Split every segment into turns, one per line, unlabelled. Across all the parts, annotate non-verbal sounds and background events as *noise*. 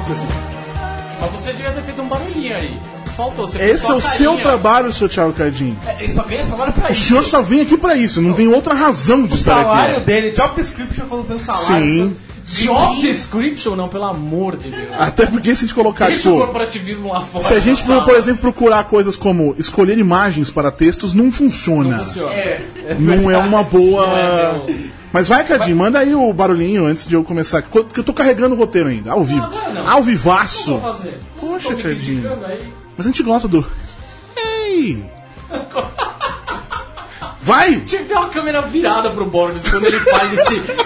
específico.
Mas você devia ter feito um barulhinho aí. Faltou, você fez
Esse
só
é o
a
seu
carinha.
trabalho, seu Thiago Cardin.
É, Ele só ganha salário pra
O
isso.
senhor só vem aqui pra isso, não tem outra razão de
O
estar
salário
aqui.
dele, job description quando tem o salário.
Sim.
um Job description, não, pelo amor de Deus.
Até porque se a gente colocar,
Deixa o
tipo,
corporativismo lá fora.
se a gente for,
Não,
por exemplo, procurar coisas como escolher imagens para textos, não funciona.
não funciona.
Não é uma boa.
Não é,
Mas vai, Cadinho, manda aí o barulhinho antes de eu começar. Co- Que eu tô carregando o roteiro ainda, ao vivo.
agora não.
Ao
O que eu
vivaço.
vou fazer?
Poxa,
Vocês estão me
Cadinho.
criticando aí.
Mas a gente gosta do.
*laughs*
Ei! Vai!
Tinha que ter uma câmera virada pro Borges quando ele faz esse.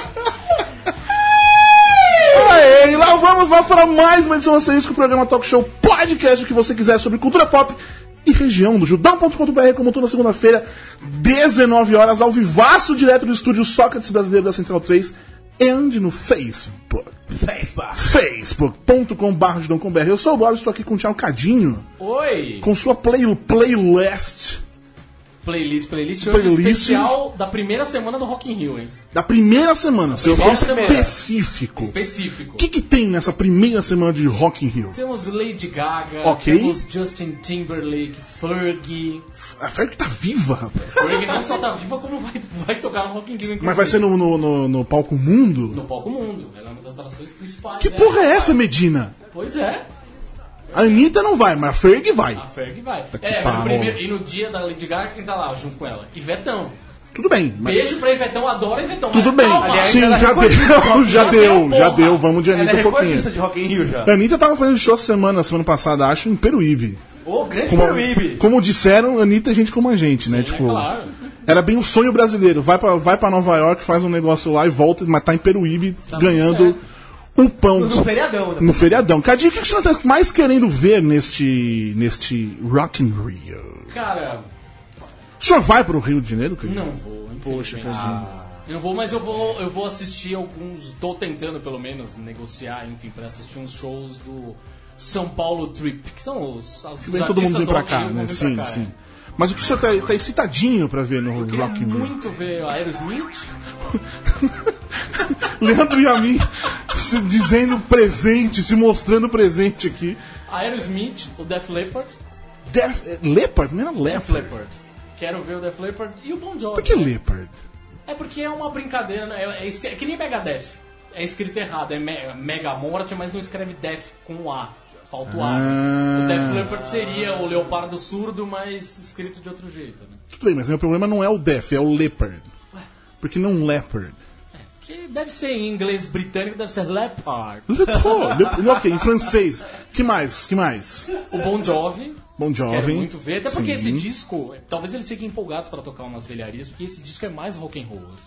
Aê, e lá vamos nós para mais uma edição asterisco do programa Talk Show Podcast, o que você quiser sobre cultura pop e região do judão.com.br, como toda segunda-feira, 19 horas, ao vivaço direto do estúdio Sócrates Brasileiro da Central 3, and no Facebook.
Facebook.
facebook.com.br judão.com.br. Eu sou o Boris, estou aqui com o Thiago Cadinho,
Oi!
com sua play, playlist
Playlist, playlist. Hoje
Playlist.
é especial da primeira semana do Rock in Rio, hein?
da primeira semana, se eu for
Primeira semana.
específico.
Específico.
O que, que tem nessa primeira semana de Rock in Rio?
Temos Lady Gaga,
Ok.
temos Justin Timberlake, Fergie.
A Ferg tá viva, rapaz.
Fergie não só tá viva, como vai, vai tocar no Rock in Rio, inclusive.
Mas vai ser no, no, no, no palco mundo?
No palco mundo. Ela é uma das atrações principais.
Que
né?
porra é essa, Medina?
Pois é.
A Anitta não vai, mas a Ferg vai.
A Ferg vai.
Tá que
é,
pau.
no primeiro, e no dia da Lady Gaga, quem tá lá junto com ela? Ivetão.
Tudo bem. mas-
Beijo pra Ivetão, adoro Ivetão.
Tudo
mas
bem.
calma.
Sim,
ela é
já deu,
recordista de rock,
já
já
deu,
deu,
já
porra.
deu. Vamos de
Ela
Anitta
é
um pouquinho.
recordista de Rock in Rio já.
A Anitta tava fazendo show essa semana, semana passada, acho, em Peruíbe.
Ô, grande
Como,
Peruíbe.
como disseram, Anitta é gente como a gente, né?
É,
Tipo,
claro.
era bem o sonho brasileiro. Vai pra, vai pra Nova York, faz um negócio lá e volta, mas tá em Peruíbe
Tá
ganhando
tudo
o pão.
No feriadão, né?
No feriadão. Cadinho, o que que você tá mais querendo ver neste, neste Rock in Rio?
Cara,
O senhor vai pro Rio de Janeiro, Cadinho?
não vou. Poxa, Eu vou, mas eu vou, eu vou assistir alguns. Tô tentando, pelo menos, negociar, enfim, pra assistir uns shows do São Paulo Trip, que são os. os
Se bem que todo mundo vem pra cá, né? Sim, sim. Mas o que o senhor tá, tá excitadinho pra ver no
Eu queria
Rock in Rio?
é. muito ver o Aerosmith.
Leandro e a mim *laughs* se dizendo presente, se mostrando presente aqui.
Aerosmith, o Def Leppard.
Def, é, Leopard? Não era
Def
Leopard.
Leppard. Quero ver o Def Leppard e o Bon Jovi.
Por que
né?
Leopard?
É porque é uma brincadeira, né? é, é escre- é que nem Megadeth. É escrito errado, é me- Mega Morte, mas não escreve Death com o A. Falta o A. né?
Ah.
O Death Leopard seria o Leopardo Surdo, mas escrito de outro jeito, né?
Tudo bem, mas meu problema não é o Def, é o Leopard. Porque não Leopard.
Que deve ser em inglês britânico, deve ser Leopard.
Leopard. Leopard. Ok, em francês. Que mais? Que mais?
O Bon Jovi.
Bom
Quero
jovem.
muito ver, até porque
Sim.
esse disco, é, talvez eles fiquem empolgados pra tocar umas velharias, porque esse disco é mais rock and roll, assim.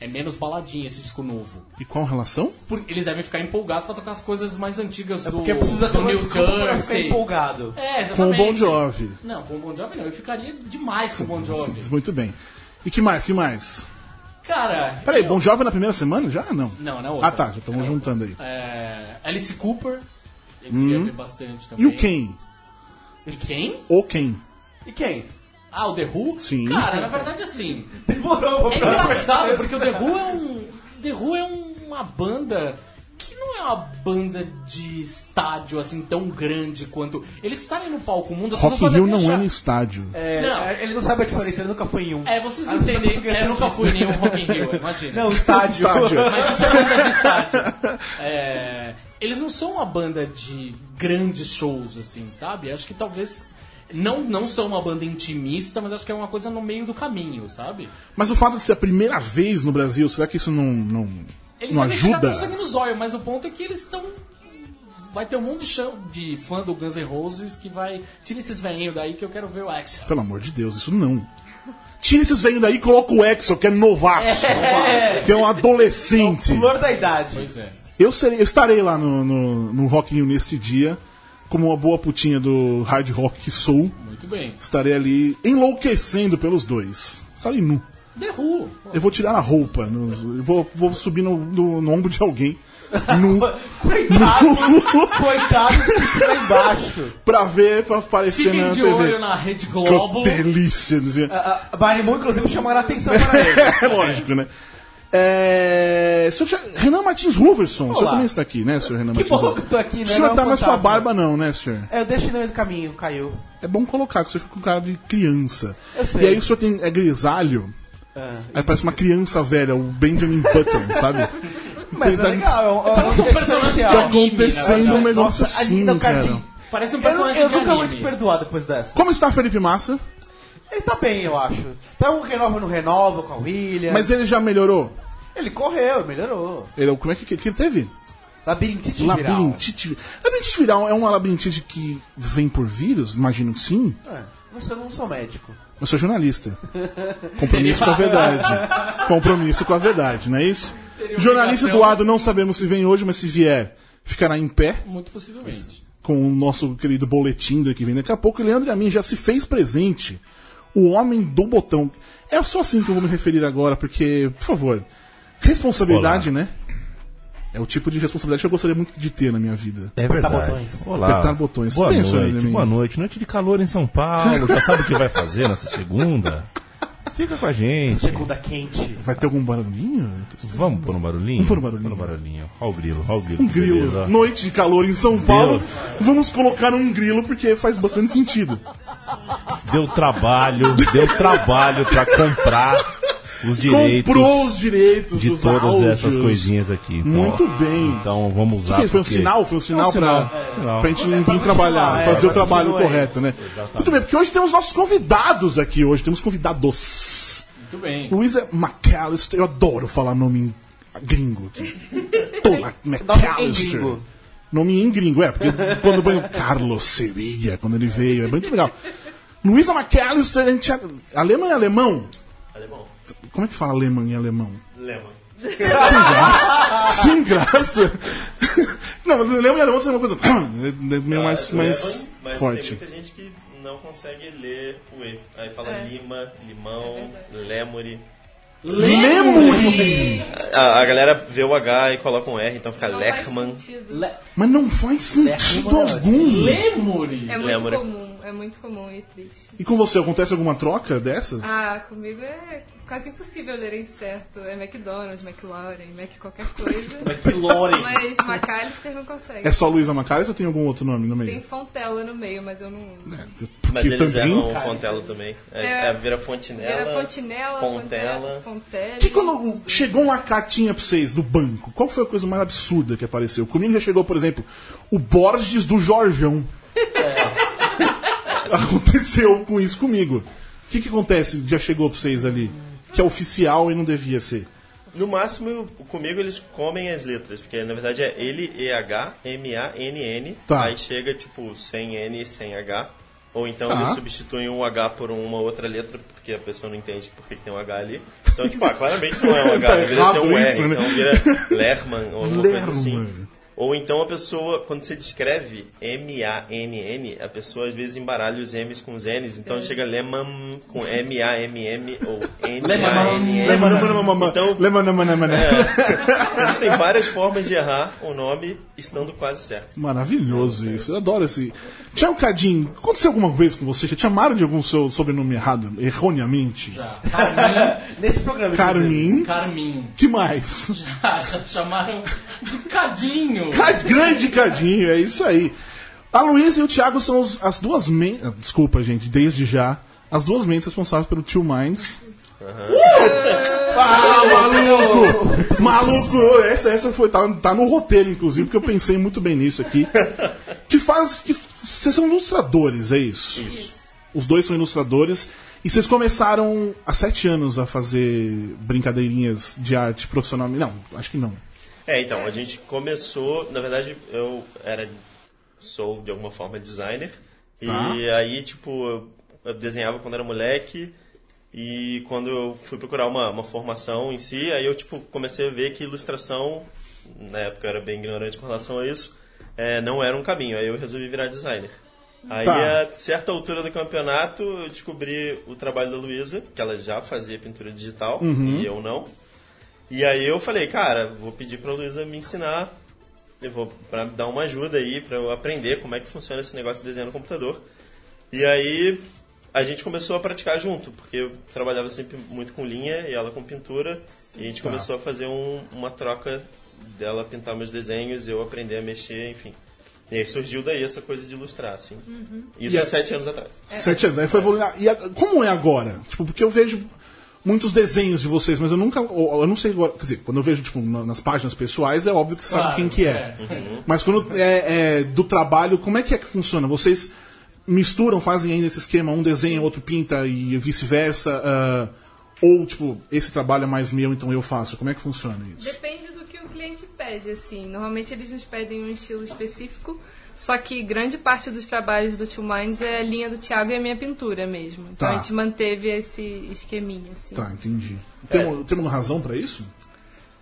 É menos baladinha esse disco novo.
E qual relação?
Por- eles devem ficar empolgados pra tocar as coisas mais antigas
É
do,
porque precisa ter
do
uma
New
desculpa pra ficar
Jersey.
empolgado.
É, exatamente.
Com o Bon Jovi.
Não, com o Bon Jovi não. Eu ficaria demais com o Bon Jovi.
Muito bem. E que mais? Que mais?
Cara...
Peraí,
eu-
Bom Jovem na primeira semana? Já? Não.
Não, na outra.
Ah tá, já estamos
Na
juntando aí.
É, Alice Cooper. Eu queria ver bastante também.
Hum. E o quem?
E quem?
O quem?
E quem?
Ah, o The Who?
Sim.
Cara, na verdade, assim...
Demorou.
É engraçado, porque o The Who é um... The Who é uma banda... Que não é uma banda de estádio, assim, tão grande quanto... Eles saem no palco, o mundo... as
Rock in
pessoas podem
Rio
até
não é
achar-
no estádio.
É,
Não.
Ele não sabe a diferença, ele nunca foi em um.
É, vocês
Ah,
entendem.
porque é
É, eu nunca
artista.
fui em nenhum Rock in Rio, imagina.
Não, estádio.
Estádio.
Mas isso é banda de estádio. É, eles não são uma banda de grandes shows, assim, sabe? Acho que talvez. Não, não são uma banda intimista, mas acho que é uma coisa no meio do caminho, sabe?
Mas o fato de ser a primeira vez no Brasil, será que isso não, não,
Eles
não
devem chegar
ajuda?
conseguindo os olhos, mas o ponto é que eles estão. Vai ter um monte de, chão, de fã do Guns N' Roses que vai. Tira esses veinhos daí que eu quero ver o Axel.
Pelo amor de Deus, isso não. Tira esses velhos daí e coloca o Exo, que é novato, que é um adolescente.
*laughs* Flor da idade.
Pois é.
Eu, serei, eu estarei lá no, no, no Rock in Rio neste dia, como uma boa putinha do hard rock que sou.
Muito bem.
Estarei ali enlouquecendo pelos dois. Estarei nu.
The Who.
Eu vou tirar a roupa, nos- eu vou, vou subir no, no- no ombro de alguém
*laughs*
nu, *laughs*
Coitado. Coitado que fica lá embaixo.
pra ver, pra aparecer
Fiquem
na
de
TV.
olho na Rede
Que
Globo.
delícia! não sei. *laughs*
A, a Barney Moore, inclusive, chamaram a atenção para ele.
É lógico, né? É, seu Thi- Renan Martins Ruverson, o senhor
Olá.
também está aqui, né, senhor Renan
Que
Martins
bom
Ruverson?
que eu tô aqui, né?
O senhor
Não é um
tá na sua
fantasma.
barba não, né, senhor?
É, eu deixei no meio do caminho, caiu.
É bom colocar, que você fica com cara de criança.
Eu sei.
E aí o senhor tem, é grisalho,
Ah.
aí parece uma criança velha, o Benjamin
*laughs*
Button, sabe?
Mas é
Tentar-
legal, é um,
Parece um
efeito
personagem de
Tá
anime, na
especial.
acontecendo
verdade.
um negócio
Nossa, tá ali
assim,
no
cara.
Cardinho.
Parece um
Eu, não-
personagem
eu
de
nunca vou te
anime.
perdoar depois dessa.
Como está Felipe Massa?
Ele tá bem, eu acho. Tá um renova no renova com a William.
Mas ele já melhorou?
ele correu, melhorou.
Ele, como é que, que ele teve?
Labirintite viral.
Labirintite viral. Labirintite viral é uma labirintite que vem por vírus? Imagino que sim.
É, mas eu não sou médico.
Eu sou
*laughs*
jornalista. Compromisso com a verdade. Compromisso com a verdade, não é isso? Jornalista
obrigação.
Eduardo, não sabemos se vem hoje, mas se vier, ficará em pé
Muito possivelmente.
com o nosso querido boletim da que vem daqui a pouco. E Leandro Amin já se fez presente. O homem do botão. É só assim que eu vou me referir agora, porque, por favor, responsabilidade, né? É o tipo de responsabilidade que eu gostaria muito de ter na minha vida.
É verdade.
botões.
Olá.
Apertar botões.
Boa
Tem, senhor
noite,
Leminha.
boa noite. Noite de calor em São Paulo. Já sabe o que vai fazer nessa segunda? Fica com a gente.
Segunda quente.
Vai ter algum barulhinho?
Vamos pôr um barulhinho?
Vamos pôr um barulhinho.
Pôr um barulhinho. Olha o grilo, olha o grilo.
Um
que
grilo.
beleza.
Noite de calor em São Paulo. Vamos colocar um grilo porque faz bastante sentido.
Deu trabalho, deu trabalho pra comprar os direitos
Comprou os direitos
de
dos
todas
áudios.
essas coisinhas aqui. Então,
Muito bem.
Então vamos
O
usar.
que que foi um
porque-
sinal? Foi um sinal,
É um sinal,
pra,
é um sinal.
pra gente vir
continuar,
trabalhar,
é,
fazer o
pra
trabalho
continuar,
correto, né? Muito bem, porque hoje temos nossos convidados aqui hoje. Temos convidados.
Muito bem.
Luísa McAllister, eu adoro falar nome em gringo aqui. Tola
*laughs* Nome em
McAllister.
gringo.
Nome em gringo, é, porque quando põe o Carlos Sevilla, quando ele veio, é muito legal. Luísa McAllister, a gente é- alemã é alemão?
Alemão.
Como é que fala alemão em alemão?
Lema.
Sem graça. Sem graça. Não, mas alemão em alemão seria uma coisa *coughs* é meio mais, mais
Lema, mas tem
forte.
muita gente que não consegue ler o E. Aí fala
É.
lima, limão, lemure.
Lemuri!
A, a galera vê o H e coloca um R, então fica
Não faz
Lechman.
sentido.
Le-
Mas não faz sentido
Lemuri.
algum.
Lemuri.
É muito
Lembra.
comum, é muito comum e triste.
E com você, acontece alguma troca dessas?
Ah, comigo é quase impossível lerem certo. É McDonald's, McLaurin, Mac qualquer coisa.
Lauren.
mas McAllister não consegue.
É só Luísa Macares ou tem algum outro nome no meio? É,
Tem Fontela no meio, mas eu não.
Porque
Mas eles
também-
erram o Fontelo também. É,
É.
é Vera Fontinela.
Era Fontinela,
Fontela.
Fontela, Fontelli.
Que quando chegou uma cartinha pra vocês do banco, qual foi a coisa mais absurda que apareceu? Comigo já chegou, por exemplo, o Borges do Jorjão. *laughs*
É.
Aconteceu com isso comigo. O que, que acontece? que Já chegou pra vocês ali? Que é oficial e não devia ser.
No máximo, eu- comigo eles comem as letras, porque na verdade é L, E, H, M, A, N, N.
Tá.
Aí chega tipo sem N e sem H. Ou então
Tá.
eles substituem um H por uma outra letra, porque a pessoa não entende por que que tem um H ali. Então, tipo, ah, claramente não é
*laughs*
um H,
Tá
deveria ser um
errado
R,
isso, né?
então
*laughs*
vira Lerman ou alguma coisa
Lerman.
assim. Ou então a pessoa, quando você descreve M-A-N-N, a pessoa às vezes embaralha os M's com os N's, então chega Leman com M-A-M-M ou N-A-N-N. Então- Existem várias formas de errar o nome estando quase certo.
Maravilhoso isso, eu adoro esse. Tiago Cadinho, aconteceu alguma vez com você? Já te chamaram de algum seu sobrenome errado, erroneamente?
Já. Tá. Carmin.
Nesse programa. inclusive.
Carmin,
Carminho. *laughs*
que mais?
Já, já chamaram de Cadinho.
Cad- *laughs* Grande Cadinho, é isso aí. A Luísa e o Thiago são os- as duas mentes. Desculpa, gente, desde já. As duas mentes responsáveis pelo Two Minds. Uh! Ah, maluco! Maluco! Essa, essa foi. Tá, tá no roteiro, inclusive, porque eu pensei muito bem nisso aqui. Que faz. que Vocês são ilustradores, é isso? Os dois são ilustradores. E vocês começaram há sete anos a fazer brincadeirinhas de arte profissionalmente. Não, acho que não.
É, então, a gente começou, na verdade, eu era sou de alguma forma designer
Tá.
e aí tipo eu, eu desenhava quando era moleque e quando eu fui procurar uma, uma formação em si, aí eu tipo comecei a ver que ilustração, na época eu era bem ignorante com relação a isso, é, não era um caminho. Aí eu resolvi virar designer. Aí
Tá.
a certa altura do campeonato eu descobri o trabalho da Luísa, que ela já fazia pintura digital e eu não. E aí eu falei, cara, vou pedir pra Luísa me ensinar, eu vou pra dar uma ajuda aí, pra eu aprender como é que funciona esse negócio de desenho no computador. E aí a gente começou a praticar junto, porque eu trabalhava sempre muito com linha e ela com pintura. E a gente
Tá.
começou a fazer um- uma troca dela pintar meus desenhos, eu aprender a mexer, enfim. E aí surgiu daí essa coisa de ilustrar, assim. Isso
E
há
a-
sete anos atrás.
Sete anos, aí foi evoluindo. E a- como é agora? Tipo, porque eu vejo muitos desenhos de vocês, mas eu nunca. ou- Eu não sei agora. Quer dizer, quando eu vejo, tipo, na- nas páginas pessoais, é óbvio que você sabe
Claro,
quem que é. Mas quando é, é do trabalho, como é que é que funciona? Vocês misturam, fazem ainda esse esquema, um desenha, outro pinta e vice-versa? ah, ou, tipo, esse trabalho é mais meu, então eu faço. Como é que funciona isso?
Depende do que o cliente pede, assim. Normalmente eles nos pedem um estilo específico, só que grande parte dos trabalhos do Two Minds é a linha do Thiago e a minha pintura mesmo. Então
Tá.
a gente manteve esse esqueminha, assim.
Tá, entendi. Tem, um- tem uma razão pra isso?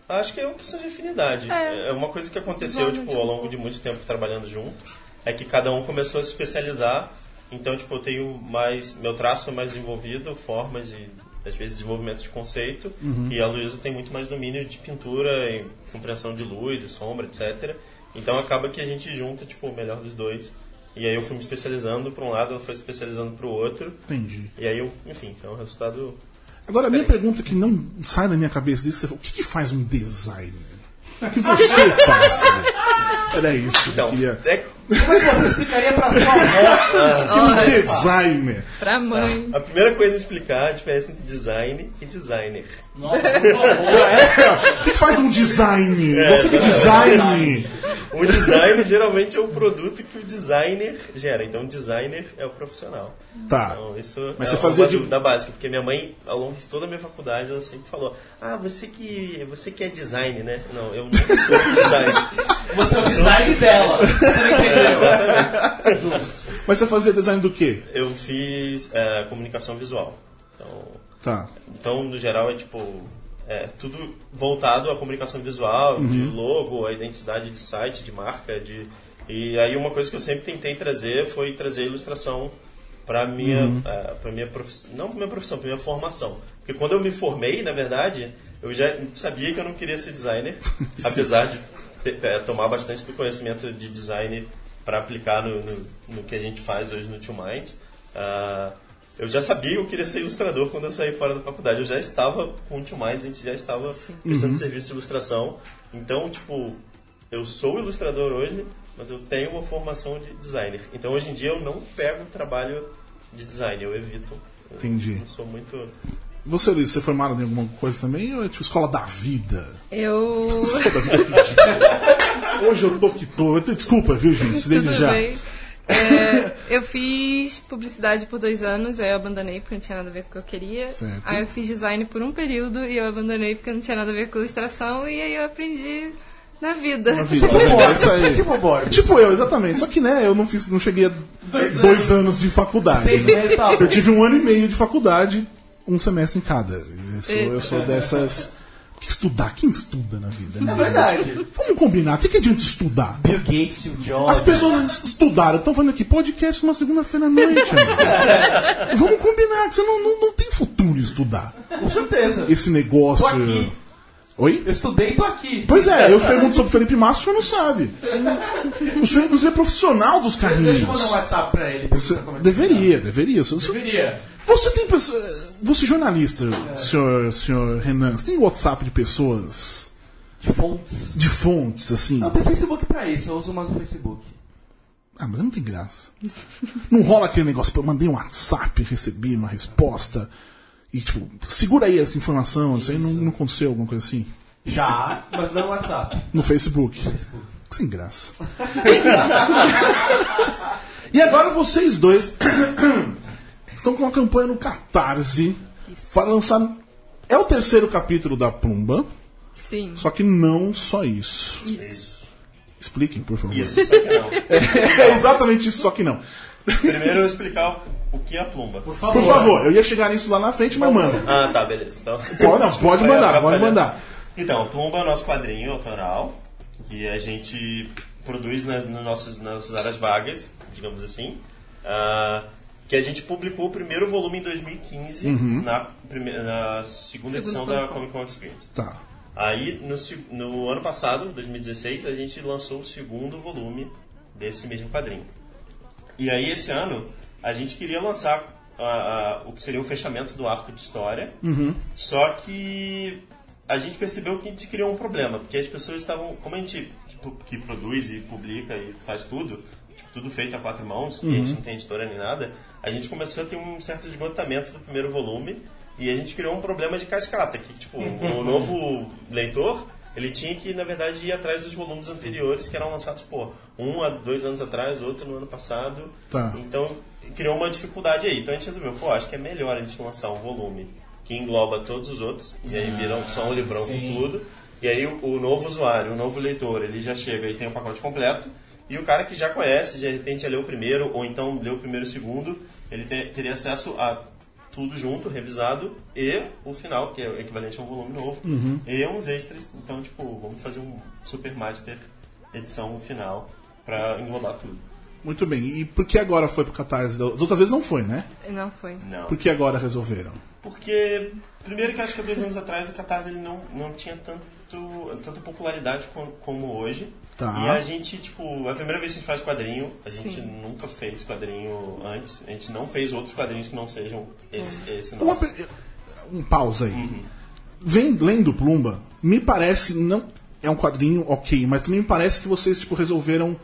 Acho que é uma questão de afinidade.
É.
É, uma coisa que aconteceu
Vamos
tipo,
junto.
ao longo de muito tempo trabalhando juntos é que cada um começou a se especializar. Então, tipo, eu tenho mais. Meu traço é mais desenvolvido, formas e às vezes desenvolvimento de conceito.
Uhum.
E a Luísa tem muito mais domínio de pintura, e compreensão de luz e sombra, etc. Então acaba que a gente junta, tipo, o melhor dos dois. E aí eu fui me especializando para um lado, ela foi se especializando para o outro.
Entendi.
E aí, eu, enfim, é um resultado
Agora, a minha pergunta que não sai da minha cabeça disso, você fala, o que, que faz um designer? O *laughs* que você faz? né? Era isso que eu
Então,
queria.
é-
Como é que você explicaria pra sua avó?
Um designer.
Pra mãe.
a primeira coisa a explicar é a diferença entre design e designer.
Nossa, por favor.
É, o que que faz um design? Você que é design.
O design *laughs* geralmente é o produto que o designer gera. Então, o designer é o profissional.
Tá.
Então, isso
Mas
é
você fazia
uma
de-
dúvida básica, porque minha mãe, ao longo de toda a minha faculdade, ela sempre falou: Ah, você que, você que é design, né? Não, eu não sou design.
Você é o design dela. Você não entendeu?
Mas você fazia design do quê?
Eu fiz eh, comunicação visual. Então,
Tá.
Então, no geral, é tipo. É tudo voltado à comunicação visual, de logo, a identidade de site, de marca. De... E aí, uma coisa que eu sempre tentei trazer foi trazer ilustração para minha, eh, pra minha profissão. Não para minha profissão, para minha formação. Porque quando eu me formei, na verdade, eu já sabia que eu não queria ser designer, apesar de ter- eh, tomar bastante do conhecimento de design para aplicar no, no, no que a gente faz hoje no Two Minds. Ah, eu já sabia que eu queria ser ilustrador quando eu saí fora da faculdade. Eu já estava com o Two Minds, a gente já estava prestando serviço de ilustração. Então, tipo, eu sou ilustrador hoje, mas eu tenho uma formação de designer. Então, hoje em dia, eu não pego trabalho de design, eu evito. Eu
Entendi.
Não sou muito...
Você, Luiz, você é formado em alguma coisa também? Ou é tipo escola da vida?
Eu.
Escola da vida é ridícula. Hoje eu tô que tô. Desculpa, viu, gente? Desde
Tudo
já.
bem. É, eu fiz publicidade por dois anos, aí eu abandonei porque não tinha nada a ver com o que eu queria.
Certo.
Aí eu fiz design por um período e eu abandonei porque não tinha nada a ver com ilustração e aí eu aprendi na vida.
Na vida, tá vendo? É isso aí.
Tipo o Borges.
Tipo eu, exatamente. Só que, né, eu não fiz, não cheguei a dois, anos. de faculdade.
Seis
né?
meses, tá bom.
Eu tive um ano e meio de faculdade, um semestre em cada. Eu sou, eu
Eita.
sou dessas. O que estudar? Quem estuda na vida? né?
É verdade.
Vamos combinar. O que, que adianta estudar?
Bill Gates, Steve Jobs.
As pessoas estudaram, estão fazendo aqui podcast uma segunda-feira à noite. amigo. Vamos combinar, que você não, não, não tem futuro em estudar.
Ah, Com certeza.
Esse
Tô
negócio.
aqui.
Oi?
Eu estudei e tô aqui.
Pois é, eu pergunto sobre o Felipe Massa, o senhor não sabe. O senhor, inclusive, é profissional dos carrinhos.
Deixa eu mandar um WhatsApp pra ele.
Você- deveria, deveria. Você, você-
Deveria.
você tem pessoa, Você é jornalista, senhor, senhor Renan, você tem WhatsApp de pessoas,
De fontes.
de fontes, assim?
Não, tem Facebook pra isso. Eu uso mais o Facebook.
Ah, mas não tem graça. Não rola aquele negócio, pô, eu mandei um WhatsApp, recebi uma resposta. E tipo, segura aí essa informação, isso aí não, não aconteceu, alguma coisa assim.
Já, mas não WhatsApp.
No Facebook. Que sem graça. *laughs* e agora vocês dois *coughs* estão com uma campanha no Catarse para lançar. É o terceiro capítulo da Plumba,
*laughs* Sim.
só que não só isso.
Isso.
Expliquem, por favor.
Isso, só que não.
É exatamente isso, só que não.
Primeiro, eu explicar o que é a plumba.
Por favor, eu ia chegar nisso lá na frente, mas manda.
Ah, tá, beleza. Então,
*laughs* Pode, não, pode mandar, pode mandar.
Então, Plumba é o nosso quadrinho autoral, que a gente produz nas, nas nossas, nas nossas áreas vagas, digamos assim, ah, que a gente publicou o primeiro volume em 2015,
Uhum.
na, prime- na segunda
Segunda
edição
Comic
da
Con.
Comic Con Experience.
Tá.
Aí, no, se- no ano passado, 2016, a gente lançou o segundo volume desse mesmo quadrinho. E aí, esse ano, a gente queria lançar a- a- o que seria o fechamento do arco de história.
Uhum.
Só que a gente percebeu que a gente criou um problema, porque as pessoas estavam. Como a gente que pu- que produz e publica e faz tudo, tipo, tudo feito a quatro mãos, e a gente não tem editora nem nada, a gente começou a ter um certo esgotamento do primeiro volume e a gente criou um problema de cascata, que tipo, o novo leitor. Ele tinha que, na verdade, ir atrás dos volumes anteriores que eram lançados, pô, um a dois anos atrás, outro no ano passado.
Tá.
Então, criou uma dificuldade aí. Então a gente resolveu, pô, acho que é melhor a gente lançar um volume que engloba todos os outros, e aí viram só um livrão com tudo. E aí o, o novo usuário, o novo leitor, ele já chega e tem o pacote completo. E o cara que já conhece, de repente já leu o primeiro, ou então leu o primeiro e o segundo, ele te- teria acesso a tudo junto, revisado, e o final, que é o equivalente a um volume novo, e uns extras. Então, tipo, vamos fazer um Super Master edição final pra englobar tudo.
Muito bem. E por que agora foi pro Catarse? As outras vezes não foi, né?
Não foi.
Não.
Por que agora resolveram?
Porque, primeiro que eu acho que há dois anos atrás o Catarse ele não, não tinha tanto, tanta popularidade com- como hoje.
Tá.
E a gente, tipo, é a primeira vez que a gente faz quadrinho. A gente
Sim.
nunca fez quadrinho antes. A gente não fez outros quadrinhos que não sejam esse, esse
Uma
nosso.
pe- Um pausa aí. Vem lendo Plumba, me parece não é um quadrinho ok, mas também me parece que vocês tipo resolveram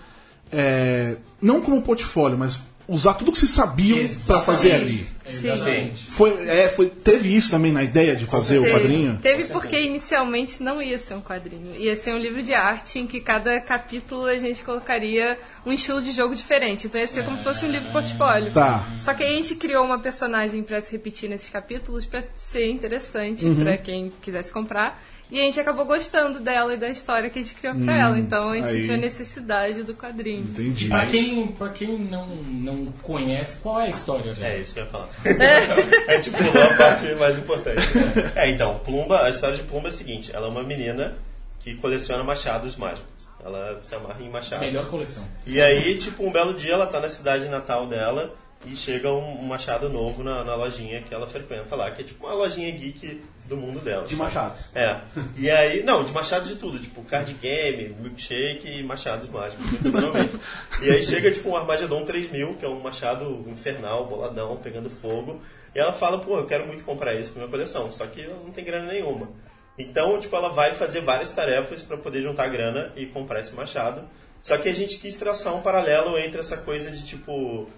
é, não como portfólio, mas usar tudo que vocês sabiam pra fazer ali.
Exatamente.
Foi, é, foi, teve isso também na ideia de fazer o
Teve-
quadrinho.
Teve porque inicialmente não ia ser um quadrinho. Ia ser um livro de arte em que cada capítulo a gente colocaria um estilo de jogo diferente. Então ia ser como se fosse um livro portfólio.
Tá.
Só que aí a gente criou uma personagem pra se repetir nesses capítulos pra ser interessante
Uhum.
pra quem quisesse comprar. E a gente acabou gostando dela e da história que a gente criou pra ela. Então a gente
Hum, aí-
sentiu a necessidade do quadrinho.
Entendi.
Pra quem, pra quem não, não conhece, qual é a história dela?
É isso que eu ia falar. a gente pulou a parte mais importante. É, então, Plumba, a história de Plumba é a seguinte: ela é uma menina que coleciona machados mágicos. Ela se amarra em machados.
Melhor coleção.
E aí, tipo, um belo dia ela tá na cidade natal dela e chega um, um machado novo na, na lojinha que ela frequenta lá, que é tipo uma lojinha geek do mundo dela.
De
sabe?
machados.
É. E aí, não, de machados de tudo, tipo card game, milkshake e machados mágicos, literalmente. e aí chega tipo um Armagedon 3000, que é um machado infernal, boladão, pegando fogo. E ela fala, pô, eu quero muito comprar isso pra minha coleção, só que eu não tenho grana nenhuma. Então, tipo, ela vai fazer várias tarefas pra poder juntar grana e comprar esse machado. Só que a gente quis traçar um paralelo entre essa coisa de tipo,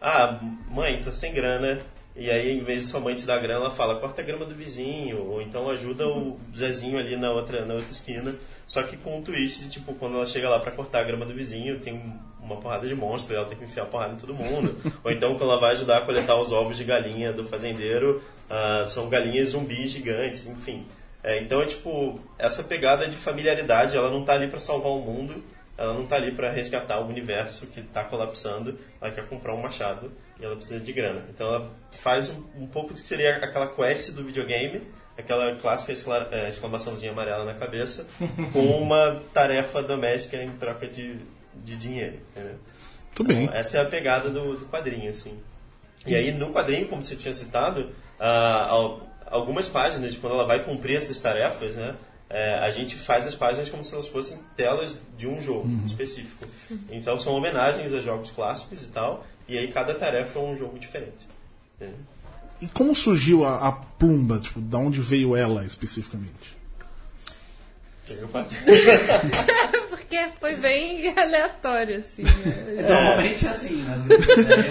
ah, mãe, tô sem grana. E aí, em vez de sua mãe te dar grana, ela fala, corta a grama do vizinho, ou então ajuda o Zezinho ali na outra, na outra esquina. Só que com um twist de, tipo, quando ela chega lá pra cortar a grama do vizinho, tem um- uma porrada de monstro, e ela tem que enfiar a porrada em todo mundo. ou então, quando ela vai ajudar a coletar os ovos de galinha do fazendeiro, ah, são galinhas zumbis gigantes, enfim. É, então, é tipo, essa pegada de familiaridade, ela não tá ali pra salvar o mundo, ela não tá ali pra resgatar o universo que tá colapsando, ela quer comprar um machado e ela precisa de grana. Então ela faz um, um pouco do que seria aquela quest do videogame, aquela clássica excla- eh, exclamaçãozinha amarela na cabeça, com uma tarefa doméstica em troca de, de dinheiro. entendeu?
Tudo bem.
Então, essa é a pegada do, do quadrinho, assim. E aí, no quadrinho, como você tinha citado, ah, al- algumas páginas, de quando ela vai cumprir essas tarefas, né? eh, a gente faz as páginas como se elas fossem telas de um jogo específico. Então, são homenagens a jogos clássicos e tal, e aí cada tarefa é um jogo diferente. entendeu?
E como surgiu a, a Plumba? Tipo, da onde veio ela especificamente?
*laughs* Porque foi bem *laughs* aleatório, assim. né?
Normalmente é assim, nas né?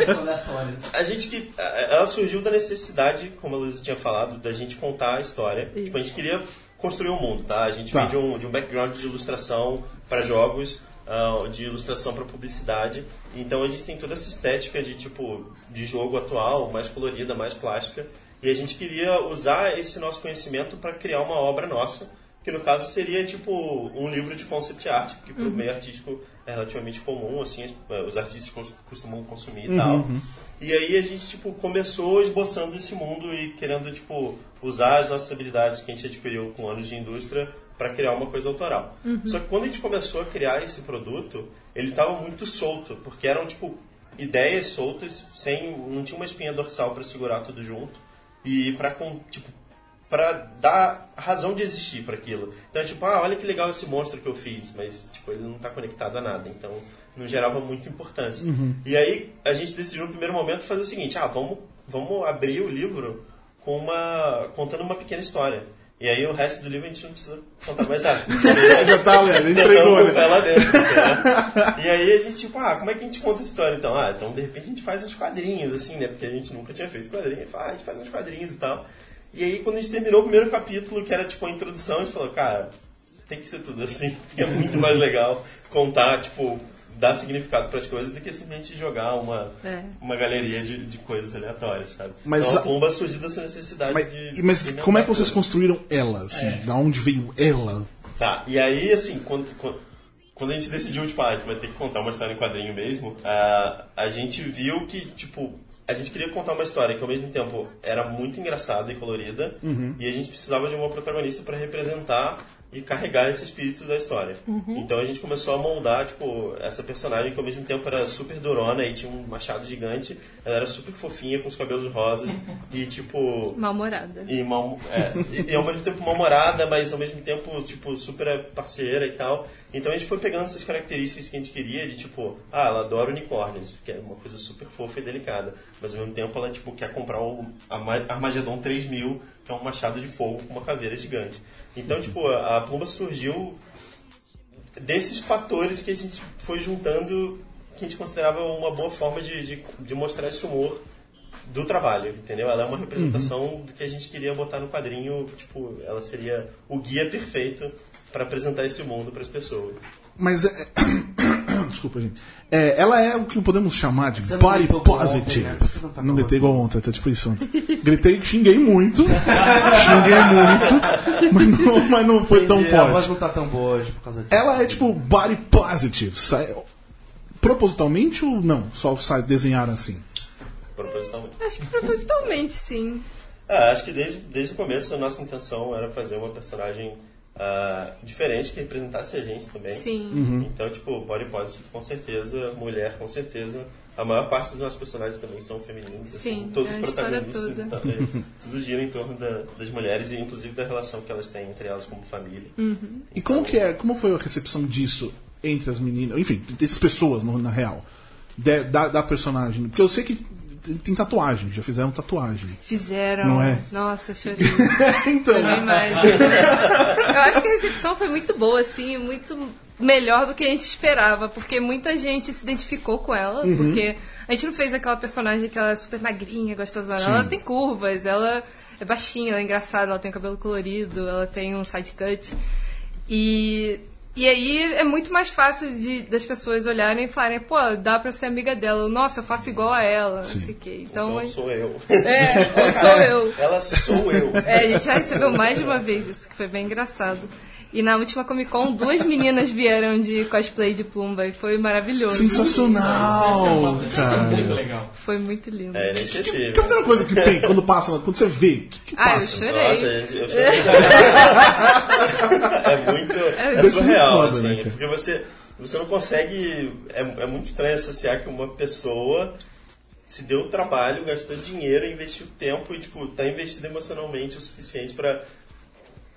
são aleatórias.
A gente que. a- Ela surgiu da necessidade, como a Luísa tinha falado, da gente contar a história.
Isso.
Tipo, a gente queria construir um mundo, tá? A gente
Tá.
veio de um, de um background de ilustração para jogos, ah, de ilustração para publicidade. Então a gente tem toda essa estética de tipo de jogo atual, mais colorida, mais plástica. E a gente queria usar esse nosso conhecimento para criar uma obra nossa, que no caso seria tipo um livro de concept art, que para o meio artístico é relativamente comum, assim, as- eh, os artistas cos- costumam consumir e tal. E aí a gente tipo começou esboçando esse mundo e querendo tipo usar as nossas habilidades que a gente adquiriu com anos de indústria para criar uma coisa autoral. Só que quando a gente começou a criar esse produto, ele estava muito solto, porque eram tipo ideias soltas, sem não tinha uma espinha dorsal para segurar tudo junto e para tipo para dar razão de existir para aquilo. Então, é tipo, ah, olha que legal esse monstro que eu fiz, mas tipo, ele não tá conectado a nada, então não gerava muita importância. E aí a gente decidiu no primeiro momento fazer o seguinte, ah, vamos vamos abrir o livro com uma contando uma pequena história. E aí o resto do livro a gente não precisa contar mais nada.
Já tá, Léo, entregou,
Então,
né?
vai lá dentro. né? E aí a gente, tipo, ah, como é que a gente conta a história então? Ah, então de repente a gente faz uns quadrinhos, assim, né? Porque a gente nunca tinha feito quadrinho. Ah, a gente faz uns quadrinhos e tal. E aí quando a gente terminou o primeiro capítulo, que era tipo a introdução, a gente falou, cara, tem que ser tudo assim. *laughs* porque É muito mais legal contar, tipo, dar significado pras coisas do que simplesmente jogar uma,
É.
uma galeria de, de coisas aleatórias, sabe?
Mas
então a
a-
Pomba surgiu dessa necessidade
Mas,
de...
e- mas
de
como é
inventar
que vocês
tudo.
construíram ela? Assim, Da onde veio ela?
Tá, e aí, assim, quando, quando, quando a gente decidiu, tipo, ah, a gente vai ter que contar uma história em quadrinho mesmo, a, a gente viu que, tipo, a gente queria contar uma história que ao mesmo tempo era muito engraçada e colorida, e a gente precisava de uma protagonista para representar e carregar esse espírito da história. Então a gente começou a moldar, tipo, essa personagem que ao mesmo tempo era super durona e tinha um machado gigante, ela era super fofinha, com os cabelos rosas, e, tipo,
Mal-humorada.
e, mal, é, e, e ao mesmo tempo mal-humorada, mas ao mesmo tempo, tipo, super parceira e tal. Então a gente foi pegando essas características que a gente queria de, tipo, ah, ela adora unicórnios, que é uma coisa super fofa e delicada. Mas ao mesmo tempo ela, tipo, quer comprar o Arma- Armagedon 3000, que é um machado de fogo com uma caveira gigante. Então, tipo, a, a Pluma surgiu desses fatores que a gente foi juntando que a gente considerava uma boa forma de, de, de mostrar esse humor do trabalho, entendeu? Ela é uma representação do que a gente queria botar no quadrinho, tipo, ela seria o guia perfeito para apresentar esse mundo para as pessoas.
Mas é. *coughs* Desculpa, gente. É, ela é o que podemos chamar de
Você não
body
gritou igual
positive.
ontem, né? Você não tá
não gritei
com
igual ontem, até tipo isso ontem. Gritei que xinguei
*laughs*
muito. xinguei muito. Mas não, mas não foi tão
A voz
forte.
não tá tão boa hoje por causa disso.
Ela é tipo body positive. Sai- Propositalmente ou não? Só sai desenhar assim.
Propositalmente.
Acho que propositalmente, sim.
Ah, acho que desde, desde o começo a nossa intenção era fazer uma personagem ah, diferente que representasse a gente também.
Sim.
Então, tipo, body positive com certeza, mulher com certeza. A maior parte dos nossos personagens também são femininos.
Sim,
assim, todos
é a
os
história
protagonistas.
toda.
então, é, tudo gira em torno da- das mulheres e inclusive da relação que elas têm entre elas como família.
Uhum.
E como que é? Como foi a recepção disso entre as meninas? Enfim, entre as pessoas, no- na real. De- da, da personagem. Porque eu sei que tem, tem tatuagem, já fizeram tatuagem. *laughs*
Fizeram.
Não é?
Nossa, chorei.
então.
Foi bem mais. Eu acho que a recepção foi muito boa, assim, muito melhor do que a gente esperava, porque muita gente se identificou com ela, porque a gente não fez aquela personagem que ela é super magrinha, gostosona, ela tem curvas, ela é baixinha, ela é engraçada, ela tem o cabelo colorido, ela tem um side cut. E, e aí é muito mais fácil de, das pessoas olharem e falarem, pô, dá pra ser amiga dela, ou, nossa, eu faço igual a ela, não sei o quê. Então,
Então sou eu. *laughs*
é, eu sou eu.
Ela sou eu.
É, a gente já recebeu mais de uma vez isso, que foi bem engraçado. E na última Comic Con, duas meninas vieram de cosplay de Plumba e foi maravilhoso.
Sensacional,
Isso é
cara.
muito legal.
Foi muito lindo.
É
Que é a
inesquecível.
primeira coisa que tem quando passa, quando você vê? Que, que
ah, eu
passa?
chorei.
Nossa, eu
*laughs*
chorei. é muito. É,
Deve
ser
surreal,
muito foda,
assim.
né, cara?
porque você, você não consegue. É, é muito estranho associar que uma pessoa se deu o trabalho, gastou dinheiro, investiu tempo e, tipo, tá investida emocionalmente o suficiente pra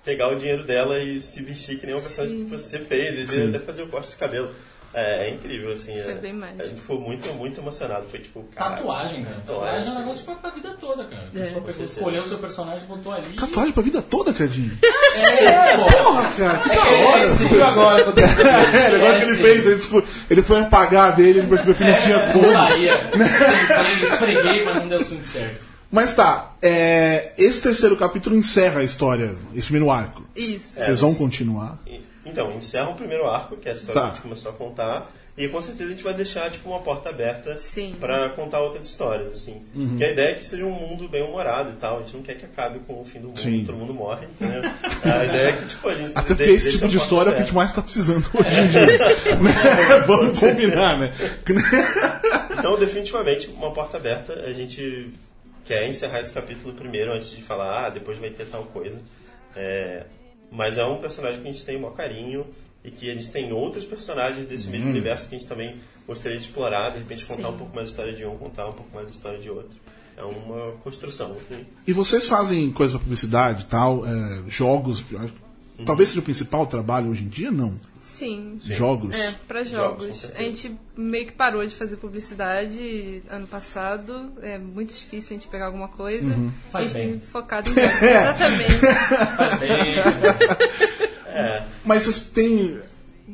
pegar o dinheiro dela e se vestir que nem uma personagem que você fez, e até fazer o corte de cabelo. É, é incrível, assim.
Foi
é,
bem mágico.
A gente foi muito, muito emocionado. Foi tipo,
Tá
cara.
Tatuagem, cara. Tatuagem é um negócio pra, pra vida toda, cara. A pessoa pegou, escolheu o seu personagem, botou ali.
É. Tatuagem pra vida toda, Cadinho?
É, pô.
Porra, cara, que da hora.
Esquece.
agora quando
É, o negócio que ele fez, ele, tipo, ele foi apagar a dele, ele percebeu que não tinha
Não
como.
saía. Tentei, esfreguei, mas não deu assunto certo.
Mas tá, é, esse terceiro capítulo encerra a história, esse primeiro arco.
É.
Isso.
Vocês vão continuar.
E- Então, encerra o primeiro arco, que é a
Tá.
história que a gente começou a contar, e com certeza a gente vai deixar tipo uma porta aberta
Sim.
para contar outras histórias, assim.
Uhum.
Porque a ideia é que seja um mundo bem humorado e tal, a gente não quer que acabe com o fim do mundo,
Sim.
todo mundo morre, entendeu? a ideia é que tipo a gente
Até porque
de-
esse
deixa
tipo
a
de
porta
história é o que a
aberta.
gente mais tá precisando hoje em dia. Né? Vamos combinar, né?
Então, definitivamente, uma porta aberta. A gente quer encerrar esse capítulo primeiro, antes de falar, ah, depois vai ter tal coisa. É, mas é um personagem que a gente tem o maior carinho e que a gente tem outros personagens desse mesmo universo que a gente também gostaria de explorar, de repente contar um pouco mais a história de um, contar um pouco mais a história de outro. É uma construção. assim.
E vocês fazem coisa pra publicidade e tal, é, jogos, eu acho que Talvez seja o principal trabalho hoje em dia, não.
Sim.
Jogos.
É, pra
Jogos, com
jogos. a
certeza.
gente meio que parou de fazer publicidade ano passado. É muito difícil a gente pegar alguma coisa.
Uhum.
Faz
a gente
bem.
tem focado em
*laughs*
jogos.
É,
Exatamente.
né?
Mas vocês têm.